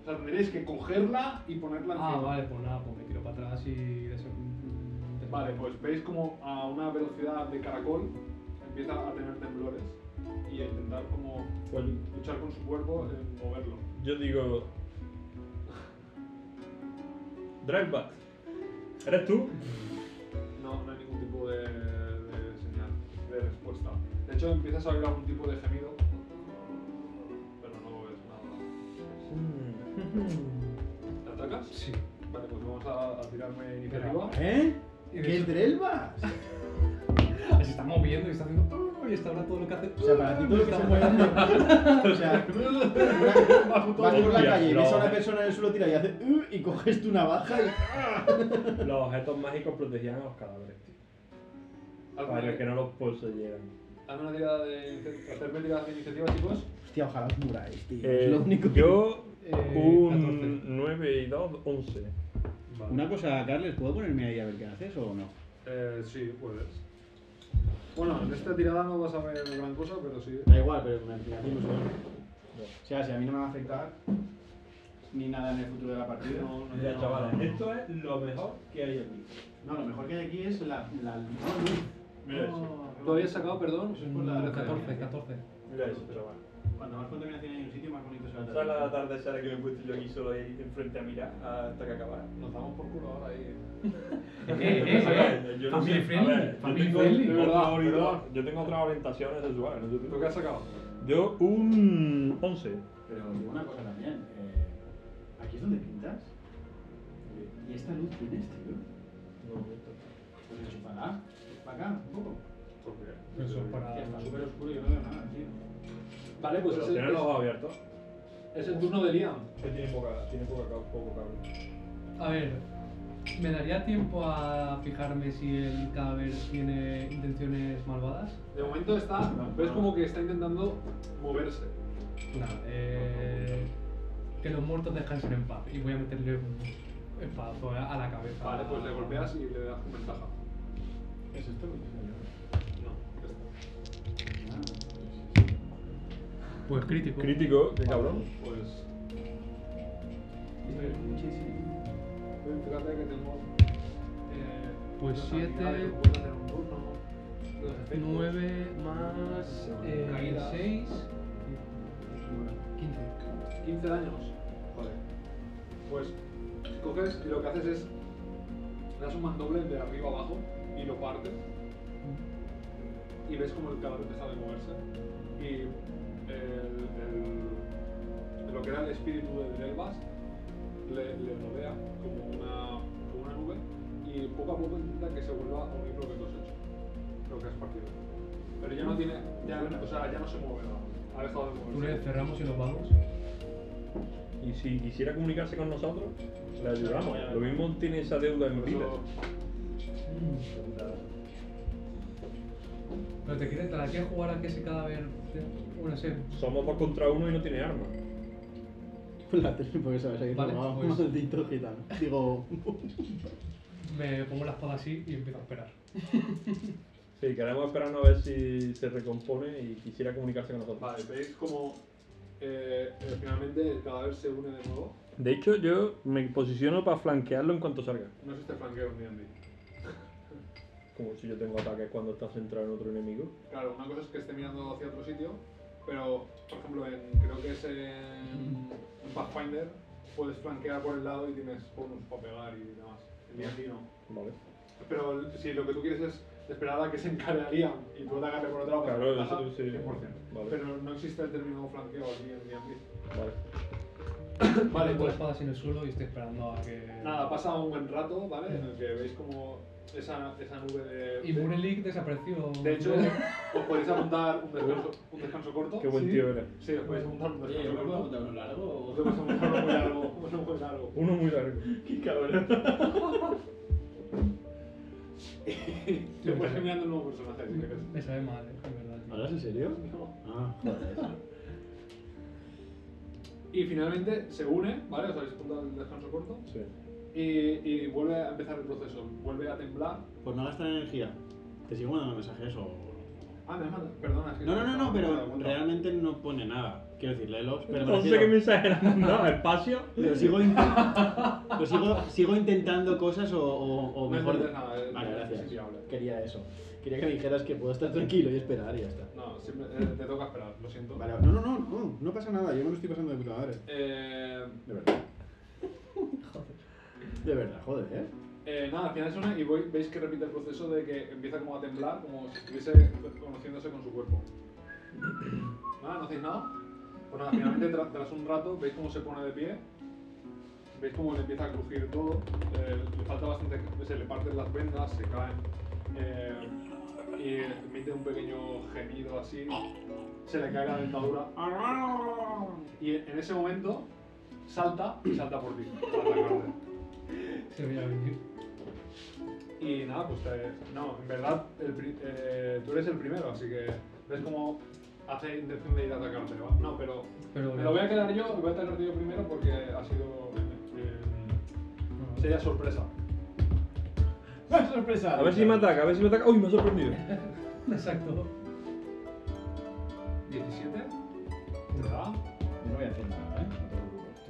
Speaker 1: O sea, tendréis que cogerla y ponerla encima.
Speaker 2: Ah, vale, pues nada, pues me tiro para atrás y... des-
Speaker 1: Vale, pues veis como a una velocidad de caracol empieza a tener temblores y a intentar como
Speaker 4: Pues
Speaker 1: luchar con su cuerpo en moverlo.
Speaker 4: yo digo. Driveback. ¿Eres tú?
Speaker 1: No, no hay ningún tipo de, de señal, de respuesta. De hecho, empiezas a oír algún tipo de gemido, pero no ves nada. ¿Te atacas?
Speaker 2: Sí.
Speaker 1: Vale, pues vamos a, a tirarme iniciativa.
Speaker 5: ¿Eh?
Speaker 2: Y de
Speaker 5: ¿Qué es
Speaker 2: hecho-
Speaker 5: Drelvas?
Speaker 2: Se está moviendo y está haciendo... Y está ahora todo lo que hace...
Speaker 5: O sea, para ti todo lo que se mueve. O sea, vas por la
Speaker 4: Hostia,
Speaker 5: calle, ves a
Speaker 4: no.
Speaker 5: una persona en el suelo tira y hace "Uh", y coges tu navaja y.
Speaker 4: Los objetos mágicos protegían a los cadáveres, tío. Para que no los poseyeran.
Speaker 1: Hazme una tirada de. iniciativa- Hacerme tiradas de iniciativa, chicos.
Speaker 5: Hostia, ojalá os muráis, tío.
Speaker 4: Eh,
Speaker 5: es lo único que.
Speaker 4: Yo,
Speaker 2: Eh,
Speaker 4: un 9 y 2, 11.
Speaker 6: Una cosa, Carles, ¿puedo ponerme ahí a ver qué haces o no?
Speaker 1: Eh, sí, puedes. Bueno, en esta tirada no vas a ver gran cosa, pero sí.
Speaker 6: Da igual, pero me, me hace ilusión. O sea, si a mí no me va a afectar ni nada en el futuro de la partida.
Speaker 1: No, no,
Speaker 4: Mira,
Speaker 1: no.
Speaker 4: chavales, esto es lo mejor que hay aquí.
Speaker 6: No, lo mejor que hay aquí es la. la no,
Speaker 4: Mira
Speaker 6: no.
Speaker 4: eso.
Speaker 1: ¿Lo habías sacado, perdón?
Speaker 6: Eso es por la-
Speaker 2: 14, 14.
Speaker 4: Mira eso, chaval.
Speaker 6: Cuando Oh, más contaminación hay en un sitio, más bonito se va a
Speaker 4: Esa es la tarde esa que me he puesto yo aquí solo ahí enfrente a mirar hasta que acabara.
Speaker 1: Nos damos por culo ahora y.
Speaker 2: Eh, eh,
Speaker 4: A ver,
Speaker 2: eh.
Speaker 4: yo no sé.
Speaker 2: Family
Speaker 4: A ver,
Speaker 2: friendly.
Speaker 4: yo
Speaker 2: Family
Speaker 4: tengo
Speaker 2: friendly.
Speaker 1: De verdad,
Speaker 4: otra ori-
Speaker 1: perdón.
Speaker 4: Yo tengo otras orientaciones sexuales. ¿no? Yo,
Speaker 1: ¿Lo que has sacado?
Speaker 4: tengo- yo un 11.
Speaker 6: Pero digo una cosa también. eh, aquí es donde pintas. Eh, ¿Y esta luz tienes, tío? Pues enchufala. Para acá, un poco.
Speaker 1: ¿Por qué?
Speaker 2: Eso es para...
Speaker 6: Hostia, está súper oscuro y yo no veo nada, tío.
Speaker 1: Vale, pues
Speaker 4: Pues
Speaker 1: es el,
Speaker 4: tiene los ojos abiertos.
Speaker 1: es el turno de Liam.
Speaker 4: Que tiene poca, tiene poca, cab- poco cable.
Speaker 2: A ver, ¿me daría tiempo a fijarme si el cadáver tiene intenciones malvadas?
Speaker 1: De momento está. Ves como que está intentando moverse.
Speaker 2: Nada, eh, que los muertos descansen en paz y voy a meterle un espadazo a a la cabeza.
Speaker 1: Vale, pues le golpeas y le das con ventaja.
Speaker 5: ¿Es esto?
Speaker 1: No, ya está.
Speaker 6: Ah,
Speaker 2: Pues crítico.
Speaker 4: Crítico, qué cabrón.
Speaker 1: Pues. Fíjate que tengo. Eh,
Speaker 2: Pues
Speaker 1: También, a ver,
Speaker 2: 7,
Speaker 1: puedes hacer un turno, los efectos.
Speaker 2: 9 más eh,
Speaker 1: Caídas.
Speaker 2: 6, 15.
Speaker 1: 15 daños. Joder. Pues coges y lo que haces es. Le das un mandoble de arriba abajo y lo partes. Y ves como el cadáver deja de moverse. Y el- el- lo que era el espíritu de Delvas le, le rodea como una, como una nube y poco a poco intenta que se vuelva a unir lo que tú has hecho, lo que has partido. Pero ya no tiene, ya, o sea, ya no se mueve nada. Ha dejado de
Speaker 2: Tú le
Speaker 1: moverse.
Speaker 2: cerramos y nos vamos.
Speaker 4: Y si quisiera comunicarse con nosotros, le ayudamos. Lo mismo tiene esa deuda en
Speaker 1: Por
Speaker 4: vida.
Speaker 1: eso- Mm.
Speaker 2: Pero te quieres, te la quieres jugar a que ese cadáver. te- Bueno, ese.
Speaker 4: Somos dos contra uno y no tiene armas.
Speaker 3: La tele, porque se va a seguir
Speaker 2: Vale,
Speaker 3: robado,
Speaker 2: pues.
Speaker 3: maldito gitano. Digo,
Speaker 2: Me pongo la espada así y empiezo a esperar.
Speaker 4: Sí, queremos esperarnos a ver si se recompone y quisiera comunicarse con nosotros.
Speaker 1: Vale, veis como eh, eh, finalmente el cadáver se une de nuevo.
Speaker 4: De hecho, yo me posiciono para flanquearlo en cuanto salga.
Speaker 1: No es este flanqueo en D&D.
Speaker 4: Como si yo tengo ataques cuando estás centrado en otro enemigo.
Speaker 1: Claro, una cosa es que esté mirando hacia otro sitio, pero por ejemplo, en, creo que es en, en Pathfinder, puedes flanquear por el lado y tienes bonus para pegar y demás. En D&D no.
Speaker 4: Vale.
Speaker 1: Pero el- si lo que tú quieres es esperar a que se encararían y tú atacarle por otro lado,
Speaker 4: Claro,
Speaker 1: pues,
Speaker 4: eso
Speaker 1: ataca,
Speaker 4: sí.
Speaker 1: 100%.
Speaker 4: Vale.
Speaker 1: Pero no existe el término flanqueo aquí en D&D.
Speaker 4: Vale.
Speaker 1: Vale,
Speaker 2: Pongo la
Speaker 1: pues
Speaker 2: espada así en el suelo y estoy esperando a que.
Speaker 1: Nada, pasa un buen rato, ¿vale? En el que veis como esa, esa nube de...
Speaker 2: Y Murelik desapareció.
Speaker 1: de hecho, os podéis apuntar un descanso, un descanso corto.
Speaker 4: Qué buen
Speaker 1: Sí.
Speaker 4: tío eres.
Speaker 1: Sí, os podéis apuntar un
Speaker 6: Oye,
Speaker 1: descanso
Speaker 6: ¿yo me puedo
Speaker 1: corto.
Speaker 6: contar uno largo?
Speaker 1: Os
Speaker 6: o-
Speaker 1: podéis apuntar uno muy largo, uno muy largo.
Speaker 4: Uno muy largo.
Speaker 6: Qué cabrón.
Speaker 1: Te puedes ir mirando un nuevo personaje, si quieres.
Speaker 2: me sabe mal, es eh, verdad. tío.
Speaker 3: ¿hablas en serio?
Speaker 1: No.
Speaker 3: Ah, joder.
Speaker 1: Y finalmente se une, ¿vale? Os habéis apuntado el descanso corto.
Speaker 4: Sí.
Speaker 1: Y, y vuelve a empezar el proceso. Vuelve a temblar.
Speaker 3: Pues no gastan energía. Te sigo mandando mensajes o.
Speaker 1: Ah, me manda. Perdona, es que...
Speaker 3: No, no, no, no, pero
Speaker 1: Bueno,
Speaker 3: realmente no pone nada. Quiero decir, léelos, pero me
Speaker 4: No sé qué
Speaker 3: refiero-
Speaker 4: mensaje le han mandado. ¿Espacio?
Speaker 3: Pero sigo, in- pero sigo, sigo intentando cosas o, o- o
Speaker 1: No
Speaker 3: mejor.
Speaker 1: intentes nada, eh,
Speaker 3: vale,
Speaker 1: es
Speaker 3: gracias.
Speaker 1: inviable.
Speaker 3: Quería eso. Quería que me dijeras que puedo estar tranquilo y esperar y ya está.
Speaker 1: No, siempre, eh, te toca esperar, lo siento.
Speaker 3: Vale,
Speaker 5: No, no, no, no, no pasa nada, yo me lo estoy pasando de puta madre.
Speaker 1: Eh...
Speaker 3: de verdad. De verdad, joder, eh.
Speaker 1: Eh, nada, al final es una y voy- veis que repite el proceso de que empieza como a temblar, como si estuviese conociéndose con su cuerpo. Nada, no hacéis nada. Pues nada, finalmente tra- tras un rato veis cómo se pone de pie, veis cómo le empieza a crujir todo, eh, le falta bastante, se le parten las vendas, se caen eh, y emite un pequeño gemido así, se le cae la dentadura y en ese momento salta y salta por ti. para atacarte.
Speaker 2: Se veía venir.
Speaker 1: Y nada, pues te- no, en verdad el pri- eh, tú eres el primero, así que ves cómo hace intención de ir a atacarte, ¿va? No, pero
Speaker 2: Pero.
Speaker 1: me lo voy a quedar yo, voy a atacarte yo primero porque ha sido... eh, sería sorpresa.
Speaker 3: Sorpresa.
Speaker 4: A ver si me ataca, a ver si me ataca. ¡Uy, me ha sorprendido!
Speaker 2: Exacto.
Speaker 1: 17, te da
Speaker 5: Yo no voy a hacer nada, ¿eh? No te preocupes.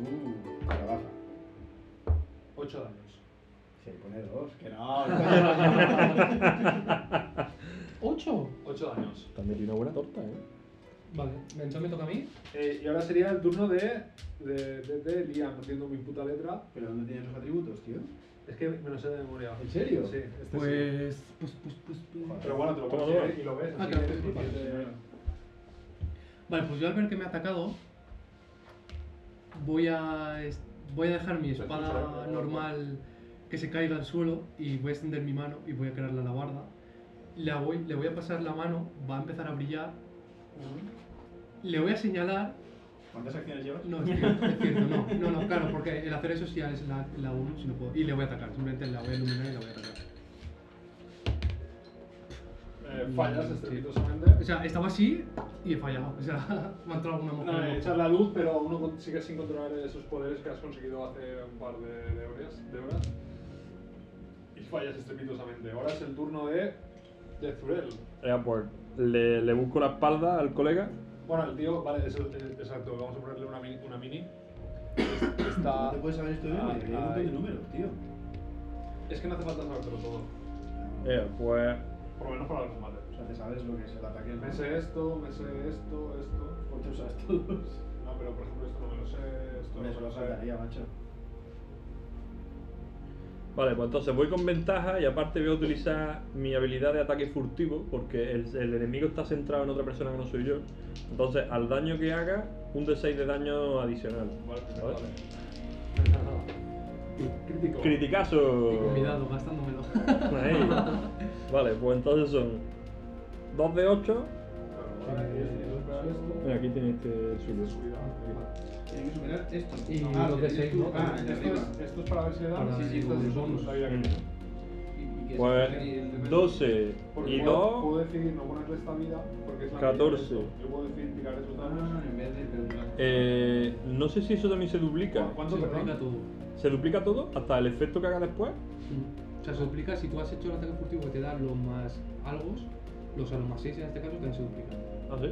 Speaker 5: Tú, cara baja.
Speaker 1: 8 daños.
Speaker 5: Si le pone dos, que no, no.
Speaker 2: ¿Ocho?
Speaker 1: 8 daños.
Speaker 4: También tiene una buena torta, ¿eh?
Speaker 2: Vale, entonces me toca a mí.
Speaker 1: Eh, y ahora sería el turno de, de, de, de Liam, haciendo mi puta letra.
Speaker 5: ¿Pero dónde tienes los atributos, tío?
Speaker 1: Es que me lo sé de memoria.
Speaker 5: ¿En serio?
Speaker 1: Sí, este sí.
Speaker 2: Pues. Pues, pues, pues. pues.
Speaker 1: Pero bueno, te lo puedo
Speaker 4: Toma,
Speaker 1: decir y lo ves,
Speaker 2: Ah,
Speaker 1: así
Speaker 2: claro,
Speaker 1: que...
Speaker 2: sí, vale.
Speaker 1: eh,
Speaker 2: Vale, pues yo al ver que me ha atacado, voy a, es- voy a dejar mi espada normal que se caiga al suelo y voy a extender mi mano y voy a crear la alabarda. La voy, le voy a pasar la mano, va a empezar a brillar. Le voy a señalar.
Speaker 5: ¿Cuántas acciones llevas?
Speaker 2: No, es cierto, es cierto, no, no, no, claro, porque el hacer eso sí ya es la, la 1, si no puedo. Y le voy a atacar, simplemente la voy a iluminar y la voy a atacar.
Speaker 1: eh, fallas
Speaker 2: Sí.
Speaker 1: estrepitosamente.
Speaker 2: O sea, estaba así y he fallado. O sea, me ha entrado alguna
Speaker 1: No,
Speaker 2: mosca. en el
Speaker 1: eh,
Speaker 2: ojo.
Speaker 1: echar la luz, pero aún no con- sigues sin controlar esos poderes que has conseguido hace un par de, de horas, de horas. Y fallas estrepitosamente. Ahora es el turno de, de Zurel.
Speaker 4: Ya, pues, le, le busco la espalda al colega.
Speaker 1: Bueno, el tío, vale, eso, eh, exacto, vamos a ponerle una mini. Una mini.
Speaker 5: No
Speaker 1: Está,
Speaker 5: te puedes saber esto de
Speaker 1: Ah,
Speaker 5: memoria, que hay un montón
Speaker 1: ahí.
Speaker 5: de números, tío.
Speaker 1: es que no hace falta saberlo todo.
Speaker 4: Eh, pues
Speaker 1: Por lo menos para el combate.
Speaker 6: O sea, te sabes lo que es el ataque.
Speaker 1: Me sé esto, me sé esto, esto.
Speaker 6: ¿Por qué usas todos?
Speaker 1: No, pero por ejemplo esto no me lo sé, esto no
Speaker 6: Hombre,
Speaker 1: me
Speaker 6: eso
Speaker 1: lo
Speaker 6: lo
Speaker 1: sé.
Speaker 6: saltaría, macho.
Speaker 4: Vale, pues entonces voy con ventaja y aparte voy a utilizar mi habilidad de ataque furtivo porque el, el enemigo está centrado en otra persona que no soy yo. Entonces, al daño que haga, un D6 de daño adicional.
Speaker 1: Vale,
Speaker 4: ¿Vale?
Speaker 1: vale.
Speaker 2: Crítico.
Speaker 4: ¡Criticazo!
Speaker 2: Y Cuidado, gastándomelo.
Speaker 4: Ahí. Vale, pues entonces son 2 de 8.
Speaker 1: Claro, ahora
Speaker 2: Sí,
Speaker 1: tienes que superar esto.
Speaker 4: Mira, aquí tiene este
Speaker 1: Tienes
Speaker 4: suyo.
Speaker 1: que superar.
Speaker 6: Tienen que superar esto.
Speaker 2: Y
Speaker 6: ah,
Speaker 2: los
Speaker 6: que
Speaker 2: de
Speaker 6: tienes
Speaker 2: seis,
Speaker 6: tú.
Speaker 2: ¿no?
Speaker 6: Ah, el de
Speaker 1: Esto
Speaker 6: arriba.
Speaker 1: es, esto es para ver si le dan.
Speaker 2: Para
Speaker 1: Sí, sí,
Speaker 2: ver
Speaker 1: esto es
Speaker 2: los
Speaker 1: el bonus.
Speaker 2: bonus.
Speaker 1: Sabía que
Speaker 4: Mm.
Speaker 1: tenía.
Speaker 6: Y- y que
Speaker 4: Pues,
Speaker 6: es el de menos.
Speaker 4: 12
Speaker 1: Porque
Speaker 4: y
Speaker 1: puedo,
Speaker 4: 2.
Speaker 1: puedo decidir no ponerle esta vida porque es la
Speaker 4: 14.
Speaker 1: que Yo puedo decidir tirar esos daños.
Speaker 6: Ah, en vez de. pero-
Speaker 4: Eh, no sé si eso también se duplica.
Speaker 1: ¿Cu- ¿Cuánto
Speaker 2: Se duplica
Speaker 1: perdón?
Speaker 2: todo.
Speaker 4: ¿Se duplica todo? ¿Hasta el efecto que haga después?
Speaker 2: O sea, se duplica si tú has hecho el ataque furtivo que te da los más algo, los a los más 6 en este caso, también se duplican.
Speaker 4: ¿Ah, sí?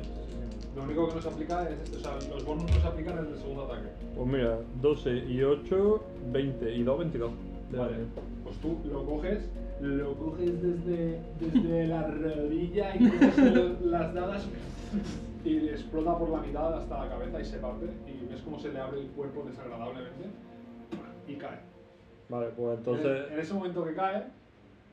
Speaker 1: Lo único que no se aplica es este. O sea, los bonus no se aplican en el segundo ataque.
Speaker 4: Pues mira, 12 y 8, 20 y 2, 22.
Speaker 1: Vale. Pues tú lo coges, lo coges desde, desde la rodilla y coges el- las dadas y le explota por la mitad hasta la cabeza y se parte. Y ves cómo se le abre el cuerpo desagradablemente y cae.
Speaker 4: Vale, pues
Speaker 1: En, en
Speaker 4: entonces.
Speaker 1: ese momento que cae,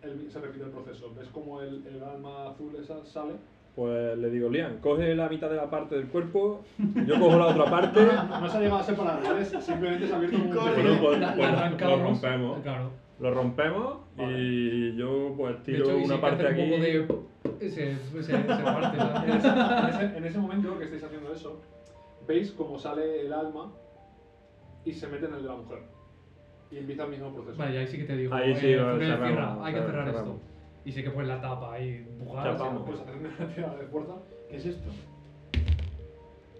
Speaker 1: el- se repite el proceso. Ves como el, el alma azul esa sale.
Speaker 4: Pues le digo, Lian, coge la mitad de la parte del cuerpo, yo cojo la otra parte.
Speaker 1: No se ha llegado a separar, ¿vale? simplemente se ha abierto como un
Speaker 6: Corre.
Speaker 4: Bueno, pues,
Speaker 2: La- la
Speaker 4: pues lo
Speaker 2: arrancamos.
Speaker 4: rompemos.
Speaker 2: Claro.
Speaker 4: Lo rompemos y yo pues
Speaker 2: De
Speaker 4: tiro
Speaker 2: hecho, y
Speaker 4: una
Speaker 2: si
Speaker 4: parte
Speaker 2: hacer
Speaker 4: aquí.
Speaker 2: Un poco de... se, se, se parte,
Speaker 1: En ese, en
Speaker 2: ¿sabes?
Speaker 1: ese- en ese momento que estáis haciendo eso, veis cómo sale el alma y se mete en el de la mujer. Y empieza el mismo proceso.
Speaker 2: Vale, y ahí sí que te digo,
Speaker 4: Ahí sí, lo
Speaker 2: Furel,
Speaker 4: cerramos,
Speaker 2: cierra, hay que
Speaker 4: claro,
Speaker 2: cerrar esto.
Speaker 4: cerramos.
Speaker 2: Y sí que pones la tapa ahí, bujar,
Speaker 4: Ya
Speaker 2: sí,
Speaker 4: vamos.
Speaker 1: Pues hacerme una tirada de fuerza.
Speaker 6: ¿Qué es esto?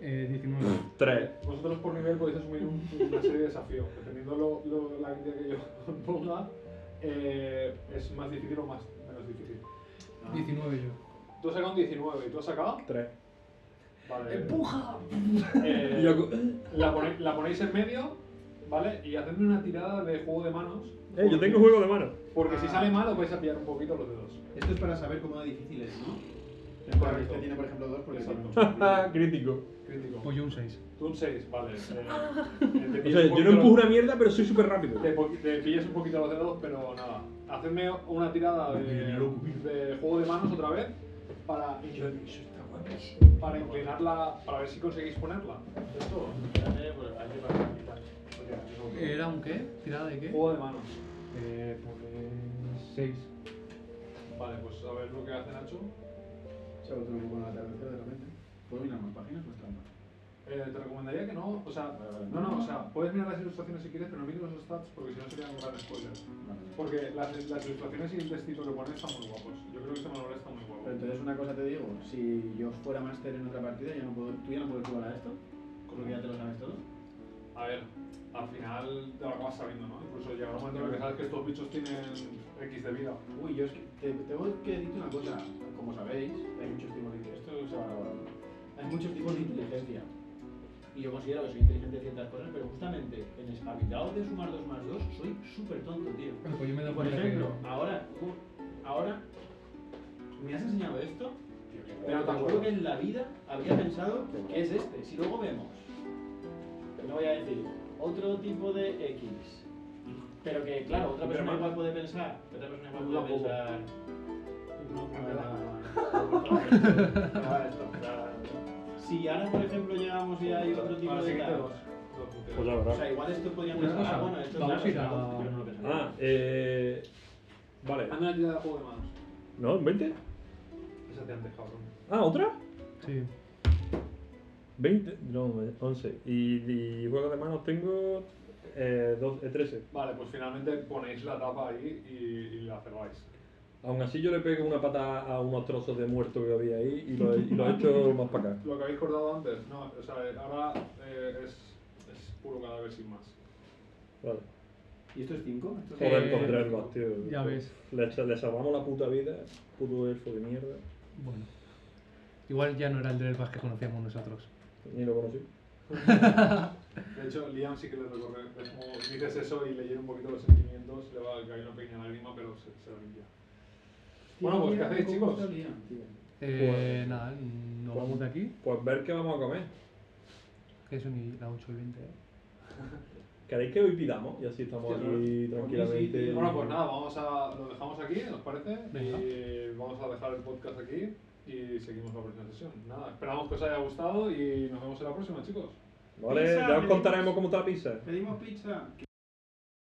Speaker 2: Eh, 19.
Speaker 4: 3.
Speaker 1: Vosotros por nivel podéis asumir un- una serie de desafíos. Dependiendo lo, lo- la cantidad que yo ponga, eh, es más difícil o más, menos difícil.
Speaker 6: Ah.
Speaker 2: 19 yo.
Speaker 1: Tú has sacado un 19 y tú has sacado.
Speaker 4: 3.
Speaker 2: ¡Eh,
Speaker 1: Vale. ¡Empuja! la, pone- la ponéis en medio, ¿vale? Y hacedme una tirada de juego de manos.
Speaker 4: Eh, yo
Speaker 1: porque-
Speaker 4: tengo juego de mano.
Speaker 1: Porque si
Speaker 6: Ah.
Speaker 1: sale mal os vais a pillar un poquito los dedos.
Speaker 6: Esto es para saber cómo de difícil es, ¿no?
Speaker 1: Correcto.
Speaker 6: Este tiene, por ejemplo, dos porque
Speaker 1: Exacto.
Speaker 4: Ah, crítico.
Speaker 1: Crítico.
Speaker 2: Pues yo un 6.
Speaker 1: Tú un 6, vale. Eh,
Speaker 4: O sea, yo no empujo una mierda, pero soy súper rápido.
Speaker 1: Te, po- te pillas un poquito los dedos, pero nada. Hacedme una tirada de, de juego de manos otra vez para, inclin- para inclinarla, para ver si conseguís ponerla. Es todo.
Speaker 6: pues,
Speaker 2: ¿Era un qué? ¿Tirada de qué?
Speaker 1: Juego de manos.
Speaker 2: Eh, pues 6.
Speaker 1: Vale, pues a ver lo que hace Nacho.
Speaker 6: Se ha vuelto muy bueno la atardecer de repente. ¿Puedo mirar más páginas o es trampa?
Speaker 1: Eh, te recomendaría que no, o sea,
Speaker 6: Vale, vale.
Speaker 1: no, no, o sea, puedes mirar las ilustraciones si quieres, pero no mires los stats porque si no sería un gran spoiler. Porque las, las ilustraciones y el textito que ponen están muy guapos. Yo creo que este manual está muy
Speaker 6: Pero
Speaker 1: guapo.
Speaker 6: entonces una cosa te digo, si yo fuera máster en otra partida, ya no puedo, tú ya no puedes jugar a esto, porque ya te lo sabes todo.
Speaker 1: A ver, al final te lo acabas sabiendo, ¿no? Incluso llegará un momento en el que sabes que estos bichos tienen X de vida.
Speaker 6: Uy, yo es que te, tengo que decirte una cosa, como sabéis, hay muchos tipos de esto se va a acabar. Hay muchos tipos de inteligencia. Y yo considero que soy inteligente en ciertas cosas, pero justamente en espabilado de sumar 2 más 2, soy súper tonto, tío.
Speaker 2: Pues yo me
Speaker 6: Y,
Speaker 2: da
Speaker 6: por
Speaker 2: cuenta
Speaker 6: ejemplo, ahora, uh, ahora, me has enseñado esto, pero te juro que en la vida habría pensado que es este. Si luego vemos, no voy a decir, otro tipo de X. Pero que, claro, otra
Speaker 1: Pero
Speaker 6: persona
Speaker 1: ma-
Speaker 6: igual puede pensar. Otra persona igual
Speaker 1: Poco a
Speaker 6: puede
Speaker 1: poco.
Speaker 6: pensar.
Speaker 1: No, no
Speaker 6: no, no,
Speaker 1: me da.
Speaker 6: no, no, no, esto, claro. Si ahora, por ejemplo, llegamos y hay otro tipo
Speaker 1: Para el
Speaker 6: de.
Speaker 1: siguiente
Speaker 6: tal.
Speaker 1: dos.
Speaker 4: Pues ya
Speaker 6: O
Speaker 4: verás.
Speaker 6: sea, igual esto podría
Speaker 2: Una
Speaker 6: pensar.
Speaker 2: cosa,
Speaker 6: ah, bueno, esto
Speaker 2: vamos
Speaker 6: claro,
Speaker 2: a ir
Speaker 6: es
Speaker 2: a-
Speaker 6: algo que yo no lo pensaba.
Speaker 4: Ah, eh. Vale.
Speaker 2: Ah,
Speaker 1: Hazme una tirada de juego de manos.
Speaker 4: ¿No? ¿20?
Speaker 1: Esa te antes, cabrón.
Speaker 4: Ah, ¿otra?
Speaker 2: Sí.
Speaker 4: 20, no, 11. Y, y juego de manos tengo eh, 12, 13.
Speaker 1: Vale, pues finalmente ponéis la tapa ahí y, y la cerráis.
Speaker 4: Aún así yo le pego una pata a unos trozos de muerto que había ahí y lo, he- y lo he hecho más para acá.
Speaker 1: Lo que habéis cortado antes, no, o sea, ahora eh, es, es puro cadáver sin más.
Speaker 4: Vale.
Speaker 6: ¿Y esto es 5?
Speaker 4: Joder,
Speaker 2: Eh,
Speaker 4: con tres más, tío.
Speaker 2: ya ves.
Speaker 4: Le, le salvamos la puta vida, puto elfo de mierda.
Speaker 2: Bueno. Igual ya no era el Dreadbach que conocíamos nosotros.
Speaker 4: Ni lo conocí.
Speaker 1: De hecho, Liam sí que le recorre, es como dices eso y le llena un poquito los sentimientos, le va a caer una pequeña lágrima, pero se, se lo limpia. Bueno, pues, ¿qué hacéis, chicos?
Speaker 2: Eh, nada, nos vamos de aquí,
Speaker 4: Pues ver qué vamos a comer.
Speaker 2: que son y- las 8 y 20. ¿eh?
Speaker 4: ¿Queréis que hoy pidamos? Y así
Speaker 6: Sí,
Speaker 4: estamos aquí tranquilamente.
Speaker 1: pues, Bueno, pues nada, vamos a, lo dejamos aquí, ¿nos parece?
Speaker 2: Venga.
Speaker 1: Y vamos a dejar el podcast aquí y seguimos la próxima sesión. Nada, esperamos que os haya gustado y nos vemos en la próxima, chicos.
Speaker 4: Vale,
Speaker 6: Pizza,
Speaker 4: ya os
Speaker 6: venimos.
Speaker 4: contaremos cómo está la pizza.
Speaker 6: Pedimos pizza.